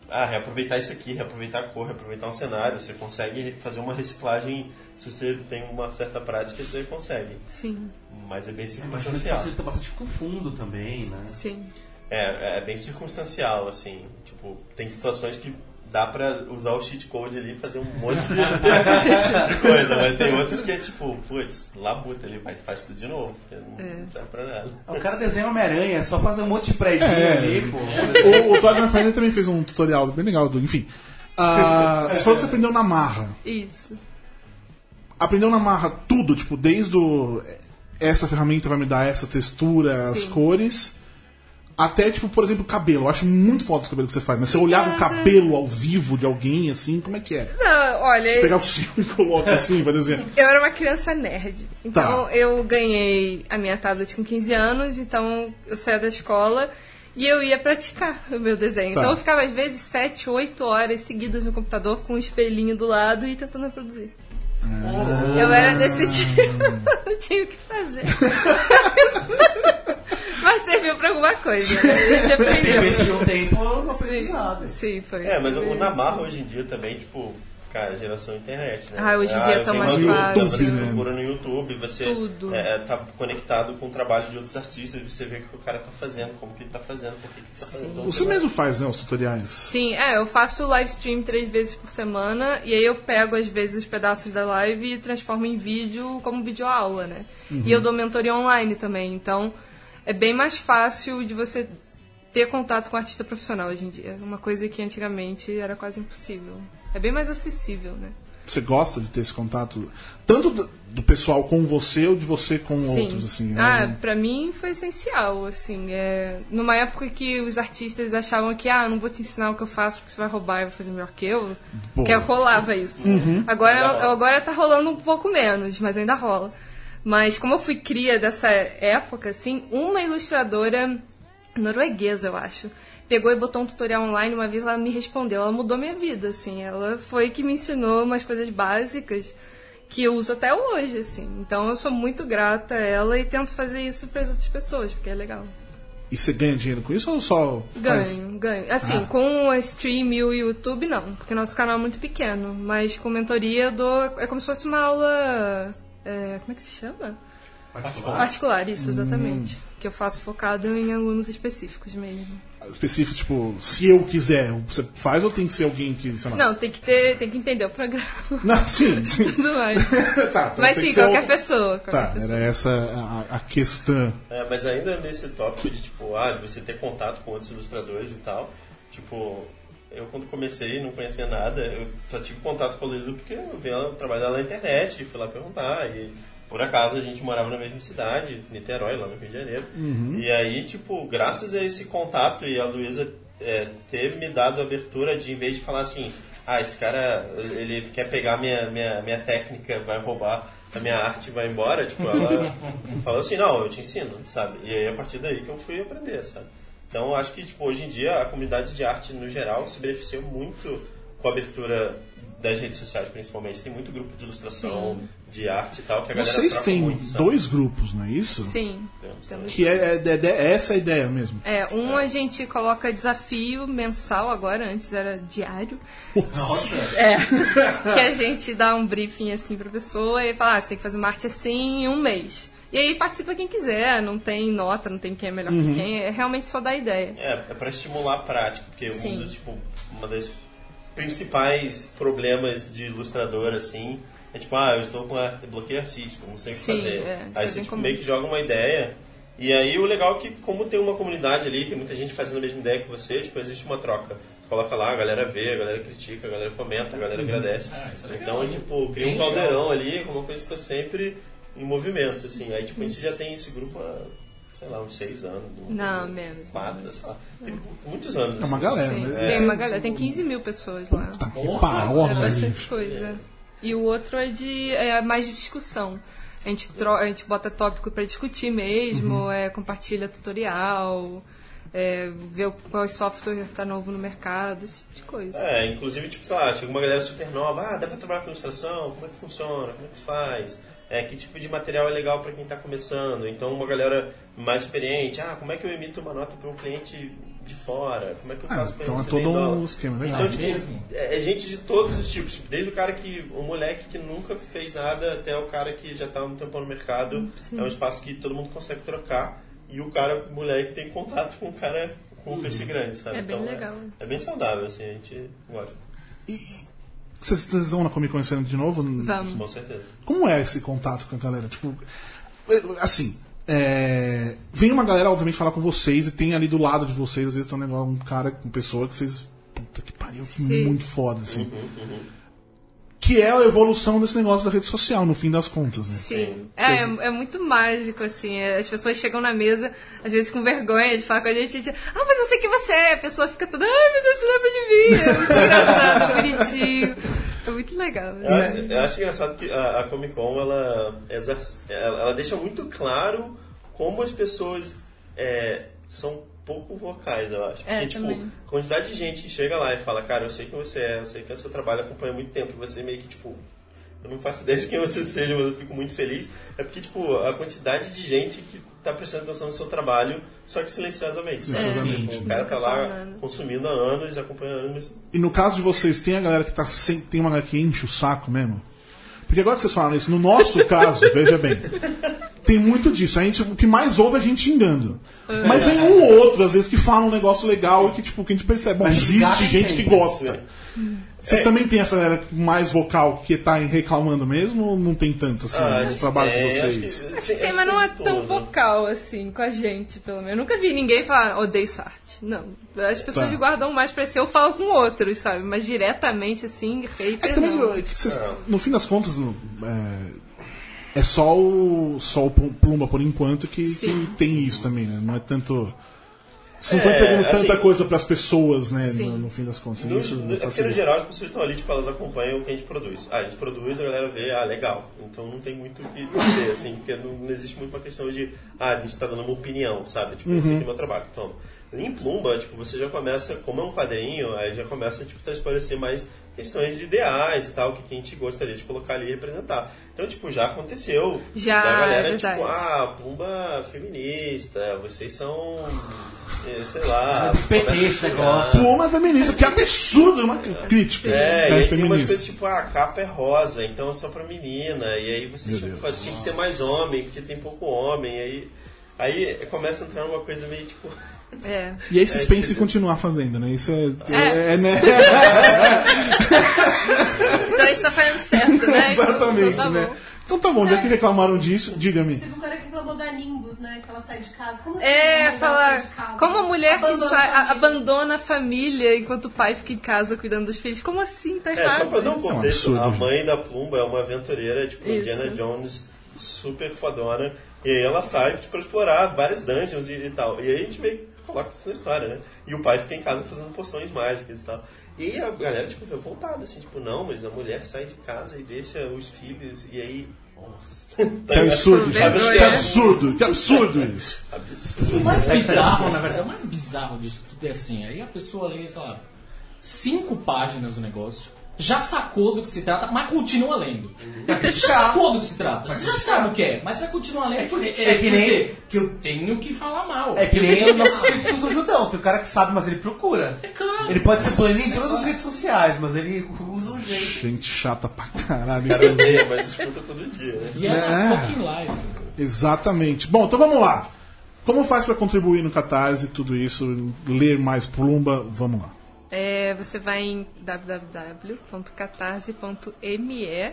ah, reaproveitar isso aqui, reaproveitar a cor, reaproveitar um cenário, você consegue fazer uma reciclagem, se você tem uma certa prática, você consegue.
Sim,
Mas é bem
Mas também
circunstancial.
facilita bastante com fundo também, né?
sim.
É, é bem circunstancial, assim, tipo, tem situações que dá pra usar o cheat code ali e fazer um monte *laughs* de coisa, mas tem outras que é tipo, putz, labuta ali, faz, faz tudo de novo, porque não serve pra nada.
O cara desenha Homem-Aranha, é só fazer um monte de prédio
É.
ali, pô. *laughs*
O, o Todd McFarlane também fez um tutorial bem legal. do- enfim. *laughs* Ah, você falou que você aprendeu na marra.
Isso.
Aprendeu na marra tudo, tipo, desde o, essa ferramenta vai me dar essa textura, as
Sim.
cores. Até, tipo, por exemplo, cabelo. Eu acho muito foda esse cabelo que você faz, mas você olhava o cabelo ao vivo de alguém, assim, como é que é?
Não,
Você
olha,
pegar o fio e coloca assim, vai desenhar.
*laughs* eu era uma criança nerd. Então
Tá.
eu ganhei a minha tablet com 15 anos, então eu saía da escola e eu ia praticar o meu desenho.
Tá.
Então eu ficava às vezes 7, 8 horas seguidas no computador com um espelhinho do lado e tentando reproduzir.
Ah.
Eu era desse *laughs* tipo, não tinha o
*laughs*
que fazer. Mas serviu pra alguma coisa. né? A gente
Você
aprendeu.
investiu um tempo no aprendizado.
Sim, sim, foi.
É, mas o Namarra hoje em dia também, tipo, cara, geração internet, né?
Ah, hoje em dia
eu
tá
tenho
mais
uma dúvida,
fácil.
Você
YouTube, né?
procura no YouTube, você
Tudo.
é, tá conectado com o trabalho de outros artistas, você vê o que o cara tá fazendo, como que ele tá fazendo, por que que ele tá fazendo. Então,
Você mesmo faz, né, os tutoriais.
Sim, é, eu faço live stream três vezes por semana e aí eu pego às vezes os pedaços da live e transformo em vídeo como videoaula, né? E
Uhum.
eu dou mentoria online também, então é bem mais fácil de você ter contato com artista profissional hoje em dia, É uma coisa que antigamente era quase impossível. É bem mais acessível, né?
Você gosta de ter esse contato, tanto do, do pessoal com você ou de você com outros, assim. né?
Ah, pra mim foi essencial, assim. É... Numa época que os artistas achavam que, ah, não vou te ensinar o que eu faço porque você vai roubar e vai fazer melhor que eu,
Boa.
que é rolava isso. Agora,
Uhum. Ainda rola.
agora tá rolando um pouco menos, mas ainda rola. Mas como eu fui cria dessa época, assim, uma ilustradora norueguesa, eu acho, pegou e botou um tutorial online uma vez, ela me respondeu, ela mudou minha vida, assim. Ela foi que me ensinou umas coisas básicas que eu uso até hoje, assim. Então eu sou muito grata a ela e tento fazer isso para outras pessoas, porque é legal.
E você ganha dinheiro com isso ou só
Ganho,
faz? Ah.
ganho. Assim, com a stream e o YouTube, não, porque nosso canal é muito pequeno. Mas com mentoria eu dou. É como se fosse uma aula. é, como é que se chama?
Particular.
Particular, isso, exatamente.
Hum.
Que eu faço focado em alunos específicos mesmo.
específicos, tipo, se eu quiser, você faz ou tem que ser alguém que, sei lá.
Não, tem que ter. Tem que entender o programa *laughs*
Não, sim.
e
sim.
tudo
*laughs*
mais.
tá, então tem
Mas
que
sim,
ser
qualquer
alguém-
pessoa. Qualquer
Tá,
pessoa.
era essa a, a questão.
É, mas ainda nesse tópico de, tipo, ah, de você ter contato com outros ilustradores e tal, tipo, eu quando comecei não conhecia nada, eu só tive contato com a Luísa porque eu vi ela trabalhar lá na internet, fui lá perguntar, e por acaso a gente morava na mesma cidade, Niterói, lá no Rio de Janeiro, e aí, tipo, graças a esse contato e a Luísa é, ter me dado a abertura de, em vez de falar assim, ah, esse cara, ele quer pegar minha, minha, minha técnica, vai roubar... a minha arte vai embora, tipo, ela falou assim, não, eu te ensino, sabe? E aí a partir daí que eu fui aprender, sabe? Então eu acho que tipo, hoje em dia a comunidade de arte no geral se beneficiou muito com a abertura das redes sociais principalmente. Tem muito grupo de ilustração, de arte e tal, que a galera
Vocês
troca
têm
muito, sabe?
dois grupos, não é isso?
Sim.
Temos,
Temos
Que é, é- é- é essa a ideia mesmo.
É, um a gente coloca desafio mensal agora, antes era diário.
Nossa,
É. *laughs* que a gente dá um briefing assim pra pessoa e fala, ah, você tem que fazer uma arte assim em um mês. E aí participa quem quiser, não tem nota, não tem quem é melhor que quem, é realmente só dá ideia.
É, é para estimular a prática, porque um
Sim.
dos, tipo, uma das principais problemas de ilustrador, assim, é tipo, ah, eu estou com arte- bloqueio artístico, não sei o que
Sim,
fazer.
é, isso é
aí
bem
você tipo,
comum.
meio que joga uma ideia, e aí o legal é que como tem uma comunidade ali, tem muita gente fazendo a mesma ideia que você, tipo, existe uma troca. Você Coloca lá, a galera vê, a galera critica, a galera comenta, a galera agradece.
Ah, isso é legal,
então,
hein?
tipo, cria
Bem
um caldeirão ali, alguma coisa que está sempre em movimento, assim. Aí, tipo, a gente já tem esse grupo há, sei lá, uns seis anos. um-
Não, menos.
quatro, sei lá. Tem muitos anos.
É uma
assim.
galera,
Sim.
né?
Tem uma galera, tem 15 mil pessoas lá.
Tá, que
Porra,
É
parola, gente.
bastante coisa. E o outro é de é mais de discussão. A gente, tro a gente bota tópico pra discutir mesmo, é, compartilha tutorial, é, vê o- qual software tá novo no mercado, esse tipo de coisa.
É, inclusive, tipo, sei lá, chega uma galera super nova, ah, dá pra trabalhar com ilustração? Como é que funciona? Como é que faz? É, que tipo de material é legal pra quem tá começando? Então, uma galera mais experiente, ah, como é que eu emito uma nota pra um cliente de fora? Como é que eu
Ah,
faço pra
então é
receber
todo
em dólar?
um esquema, legal.
Então, tipo,
mesmo?
é, é gente de todos os tipos. Tipo, Desde o cara que. O moleque que nunca fez nada até o cara que já tá há um tempão no mercado. É um espaço que todo mundo consegue trocar. E o cara, o moleque, tem contato com o cara com o peixe grande, sabe?
É bem legal.
É, bem saudável, assim, a gente gosta.
E- e Vocês vocês vão na Comic Con esse ano de novo?
Vamos.
Com certeza.
Como é esse contato com a galera? Tipo, assim, é, vem uma galera, obviamente, falar com vocês e tem ali do lado de vocês, às vezes, tem um negócio, um cara, uma pessoa que vocês. Puta que pariu, que
Sim.
muito foda, assim.
Uhum,
Que é a evolução desse negócio da rede social, no fim das contas, né?
Sim. É, é, é muito mágico, assim. é, As pessoas chegam na mesa, às vezes com vergonha de falar com a gente. a gente, ah, mas eu sei quem você é. A pessoa fica toda, ai, meu Deus, você lembra de mim. É muito engraçado, bonitinho. É muito legal. assim.
Eu, eu acho engraçado que a, a Comic Con ela, exer- ela, ela deixa muito claro como as pessoas é, são pouco vocais, eu acho.
É,
Porque, tipo,
também.
a quantidade de gente que chega lá e fala, cara, eu sei quem você é, eu sei que é o seu trabalho, acompanha há muito tempo, e você meio que, tipo, eu não faço ideia de quem você seja, mas eu fico muito feliz. É porque, tipo, a quantidade de gente que tá prestando atenção no seu trabalho, só que silenciosamente. sabe?
Silenciosamente.
Tipo, o cara tá
Nunca
lá
falando.
consumindo há anos, acompanhando há anos,
E no caso de vocês, tem a galera que tá sem, tem uma galera que enche o saco mesmo? Porque agora que vocês falaram isso, no nosso caso, veja bem, tem muito disso. A gente, o que mais ouve é a gente xingando. Mas vem um ou outro, às vezes, que fala um negócio legal e que, tipo, que a gente percebe, bom, existe
gato
gente que
tem,
gosta.
né?
Vocês também tem essa galera mais vocal que tá reclamando mesmo ou não tem tanto assim
Ah,
no trabalho
é,
de vocês?
acho que-
Acho que tem,
acho
mas não é
que né?
tão
todo.
vocal assim com a gente, pelo menos. Eu nunca vi ninguém falar, odeio sua arte. Não. As pessoas
Tá.
guardam mais pra si, eu falo com outros, sabe? Mas diretamente assim,
É que
hater.
também,
não.
é que vocês- no fim das contas, no- é, é só o, só o Pum- Plumba por enquanto que, que
Sim.
tem isso também, né? Não é tanto. Vocês não
É,
estão entregando tanta
assim,
coisa pras pessoas, né?
Sim.
No, no fim das contas. né?
No,
isso
no, é porque, no
facilita.
geral, as pessoas estão ali, tipo, elas acompanham o que a gente produz. Ah, a gente produz, a galera vê, ah, legal. Então não tem muito o que dizer, assim, porque não, não existe muito uma questão de, ah, a gente tá dando uma opinião, sabe? Tipo, esse aqui é o meu trabalho, toma. Em Plumba, tipo, você já começa, como é um quadrinho, aí já começa, tipo, transparecer mais questões de ideais e tal, o que que a gente gostaria de colocar ali e representar. Então, tipo, já aconteceu.
Já,
da galera,
é
tipo,
verdade.
ah, Plumba feminista, vocês são, eh, sei lá...
PT
começa a
esse
xingar.
negócio.
Pluma é feminista, que absurdo! é Uma cr- crítica.
É, e aí tem umas
feminista.
coisas tipo, ah, a capa é rosa, então é só pra menina. E aí você tipo, fala, tinha que ter mais homem, porque tem pouco homem. E aí, aí começa a entrar uma coisa meio tipo. *laughs*
É.
E aí vocês
É,
pensam em
entendeu?
continuar fazendo, né? Isso é.
É.
é, né?
*laughs*
*laughs*
Então a gente tá fazendo
*laughs*
certo, né? Então,
Exatamente,
então tá
né?
bom. É.
Então tá bom, já que reclamaram disso, diga-me.
Teve um cara que reclamou da Nimbus, né? Que ela sai de casa. Como assim uma
É,
mulher sai de
falar
casa?
como a mulher que
Abandona
sai, a-
família.
abandona a família enquanto o pai fica em casa cuidando dos filhos. Como assim? Tá
É, só
errado.
pra dar um
isso.
um
contexto,
absurdo,
a
gente.
mãe da Plumba é uma aventureira, tipo,
Isso.
Indiana Jones, super fodona. E aí ela sai, tipo, pra explorar várias dungeons e, e tal. E aí a gente meio que coloca isso na história, né? E o pai fica em casa fazendo poções mágicas e tal. E a galera, tipo, revoltada, assim, tipo, não, mas a mulher sai de casa e deixa os filhos, e aí
Que absurdo,
Tá
Vergonha.
gente. que absurdo, que absurdo isso.
O mais É
é
bizarro, na verdade, o mais bizarro disso tudo é assim, aí a pessoa lê, sei lá, cinco páginas do negócio, já sacou do que se trata, mas continua lendo. Já sacou do que se trata, você já sabe o que é, mas vai continuar lendo porque
é que nem-
porque que eu tenho que falar mal.
É que
Eu
nem
tenho
os nossos críticos do Judão. Tem o cara que sabe, mas ele procura.
É claro.
Ele pode ser banido em todas as redes sociais, mas ele usa um jeito.
Gente chata pra caralho.
Cada dia, mas escuta todo dia, né?
E é,
É.
na fucking live.
Exatamente. Bom, então vamos lá. Como faz pra contribuir no Catarse, tudo isso, ler mais Plumba, vamos lá.
É, você vai em www.catarse.me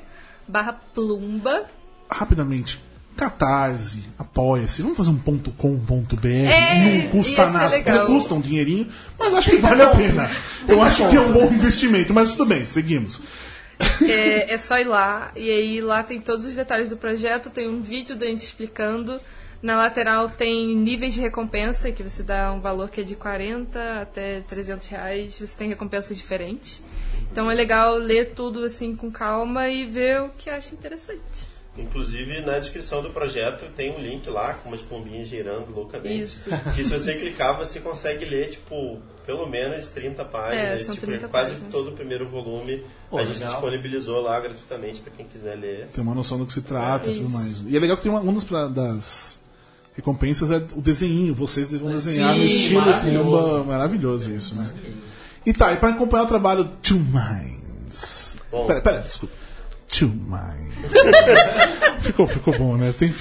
barra plumba.
Rapidamente, Catarse, apoia-se, vamos fazer um ponto .com.br,
É,
não custa
ia ser
nada,
legal.
custa um dinheirinho, mas acho que vale a pena. Eu acho que é um bom investimento, mas tudo bem, seguimos.
É, é só ir lá. E aí lá tem todos os detalhes do projeto, tem um vídeo da gente explicando. Na lateral tem níveis de recompensa, que você dá um valor que é de 40 até 300 reais. Você tem recompensas diferentes. Então é legal ler tudo assim com calma e ver o que acha interessante.
Inclusive, na descrição do projeto tem um link lá com umas pombinhas girando loucamente. *laughs*
Isso.
Que se você clicar, você consegue ler, tipo, pelo menos 30 páginas.
É, são
tipo,
30
quase
páginas.
todo o primeiro volume
Pô,
a gente
legal.
disponibilizou lá gratuitamente pra quem quiser ler.
Tem uma noção do que se trata e tudo
Isso.
mais. E é legal que tem uma, uma das, pra- das recompensas é o desenho. Vocês devam desenhar no estilo
maravilhoso.
Pumba. Maravilhoso isso, né? E tá, e pra acompanhar o trabalho Two Minds.
Bom.
Pera, pera, desculpa. Two Minds. ficou, ficou bom, né? Tem,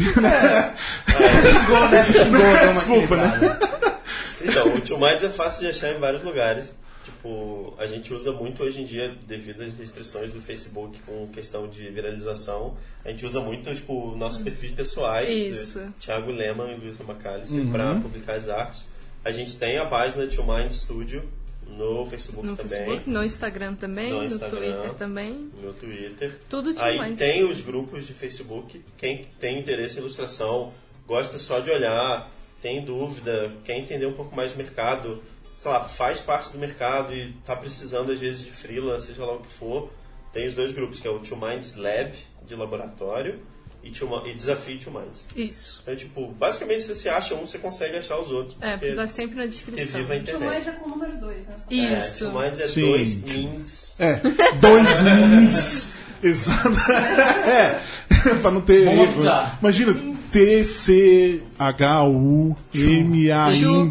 *laughs*
Chegou, né? Chegou, deu uma
Desculpa, né?
equilibrada.
Então, o Tio Mais é fácil de achar em vários lugares. Tipo, a gente usa muito hoje em dia, devido às restrições do Facebook com questão de viralização, a gente usa muito, tipo, nossos perfis pessoais,
Isso.
do Thiago Lema e Luísa McAllister, pra publicar as artes. A gente tem a página Tio Mind Studio no Facebook
No
também,
Facebook, no Instagram também,
Tá No
no,
Instagram.
Twitter também.
no Twitter.
Tudo Two
Aí
Minds.
tem os grupos de Facebook, quem tem interesse em ilustração, gosta só de olhar, tem dúvida, quer entender um pouco mais do mercado, sei lá, faz parte do mercado e tá precisando às vezes de freela, seja lá o que for, tem os dois grupos, que é o Two Minds Lab, de laboratório, e, Two Mi- e Desafio Two Minds.
Isso.
Então, tipo, basicamente se você acha um, você consegue achar os outros,
É,
porque,
tá sempre na
porque
descrição.
viva a
Tio
internet.
mais é com o número 2, né? Só pra-
É,
Isso.
Two Minds é
Sim.
dois minds.
é, dois minds. *laughs* Exato. É, pra não ter.
Vamos
erro, né?
avisar.
Imagina,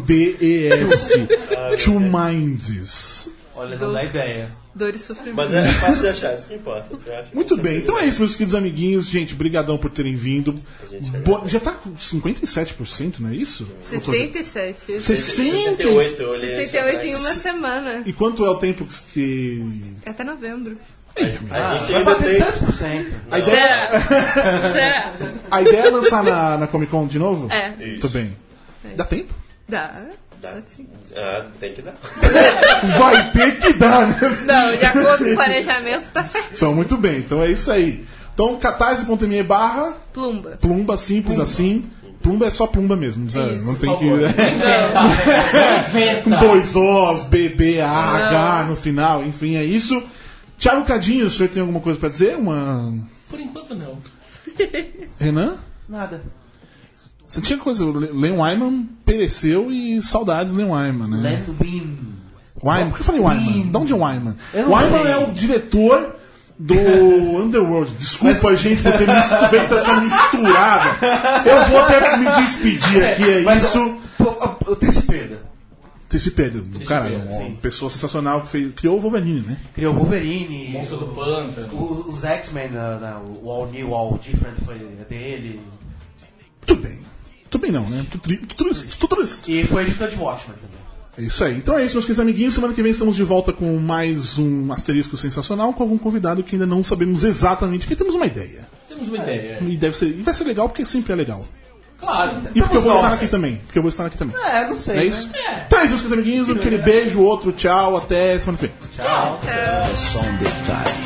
T-C-H-U-M-A-N-D-E-S. Two Minds.
Olha, não dá ideia.
Dor e sofrimento.
Mas é fácil de achar, isso que importa. Você acha
Muito bem,
Consegue
então
ver.
é isso, meus queridos amiguinhos. Gente, brigadão por terem vindo.
gente agradece.
Bo- Já tá com 57%, não é isso? Doutor?
67.
é
60!
eu olhei esse
68 em
atrás.
uma semana.
E quanto é o tempo que- que...
Até novembro.
A gente
Vai
ainda
bater
tem.
3%.
A ideia,
Será? Será?
a ideia é lançar na, na Comic Con de novo?
É.
Muito bem. Dá tempo?
Dá.
Dá.
Assim.
Ah, tem que dar.
Vai ter que dar, né?
Não, de acordo com o planejamento, tá certo.
Então, muito bem. Então é isso aí. Então, catarse.me barra
Plumba.
plumba, simples assim. Plumba é só plumba mesmo, não precisa-
Isso.
não
Por
tem que... né?
favor,
*laughs*
Tá. inventa.
Com
inventa.
dois Os, B, B, A, H no final, enfim, é isso. Tiago Cadinho, o senhor tem alguma coisa pra dizer? Uma.
Por enquanto não.
Renan?
Nada.
Você tinha coisa. Le- Len Wyman pereceu e saudades Len Wyman, né?
Let win.
Wyman. Por que eu falei Wyman?
Sim.
De onde é Wyman?
Eu não
Wyman
sei.
é o diretor
*laughs*
do Underworld. Desculpa, gente, por ter mis- feito essa misturada. Eu vou até me despedir aqui, é
Mas,
isso.
Pô, a- eu tenho esse perda.
Tracy Pedro, do cara, uma
sim.
pessoa sensacional que fez, criou o Wolverine, né?
Criou o Wolverine.
Monstro do
o-
pântano.
o- Os X-Men, da- da- o All New, All Different foi dele.
Tudo bem. Tudo bem não, né? Tudo tri- tudo triste, tudo triste.
E foi editor de Watchmen também.
É isso aí. Então é isso, meus queridos amiguinhos. Semana que vem estamos de volta com mais um asterisco sensacional com algum convidado que ainda não sabemos exatamente, porque temos uma ideia.
Temos uma ideia.
E deve ser, e vai ser legal porque sempre é legal.
Claro.
E porque eu vou
Vamos
estar
nós.
aqui também. Porque eu vou estar aqui também.
É, não sei.
É isso? Então é isso, meus queridos amiguinhos. Aquele beijo, outro tchau, até semana que vem.
Tchau.
É só um detalhe.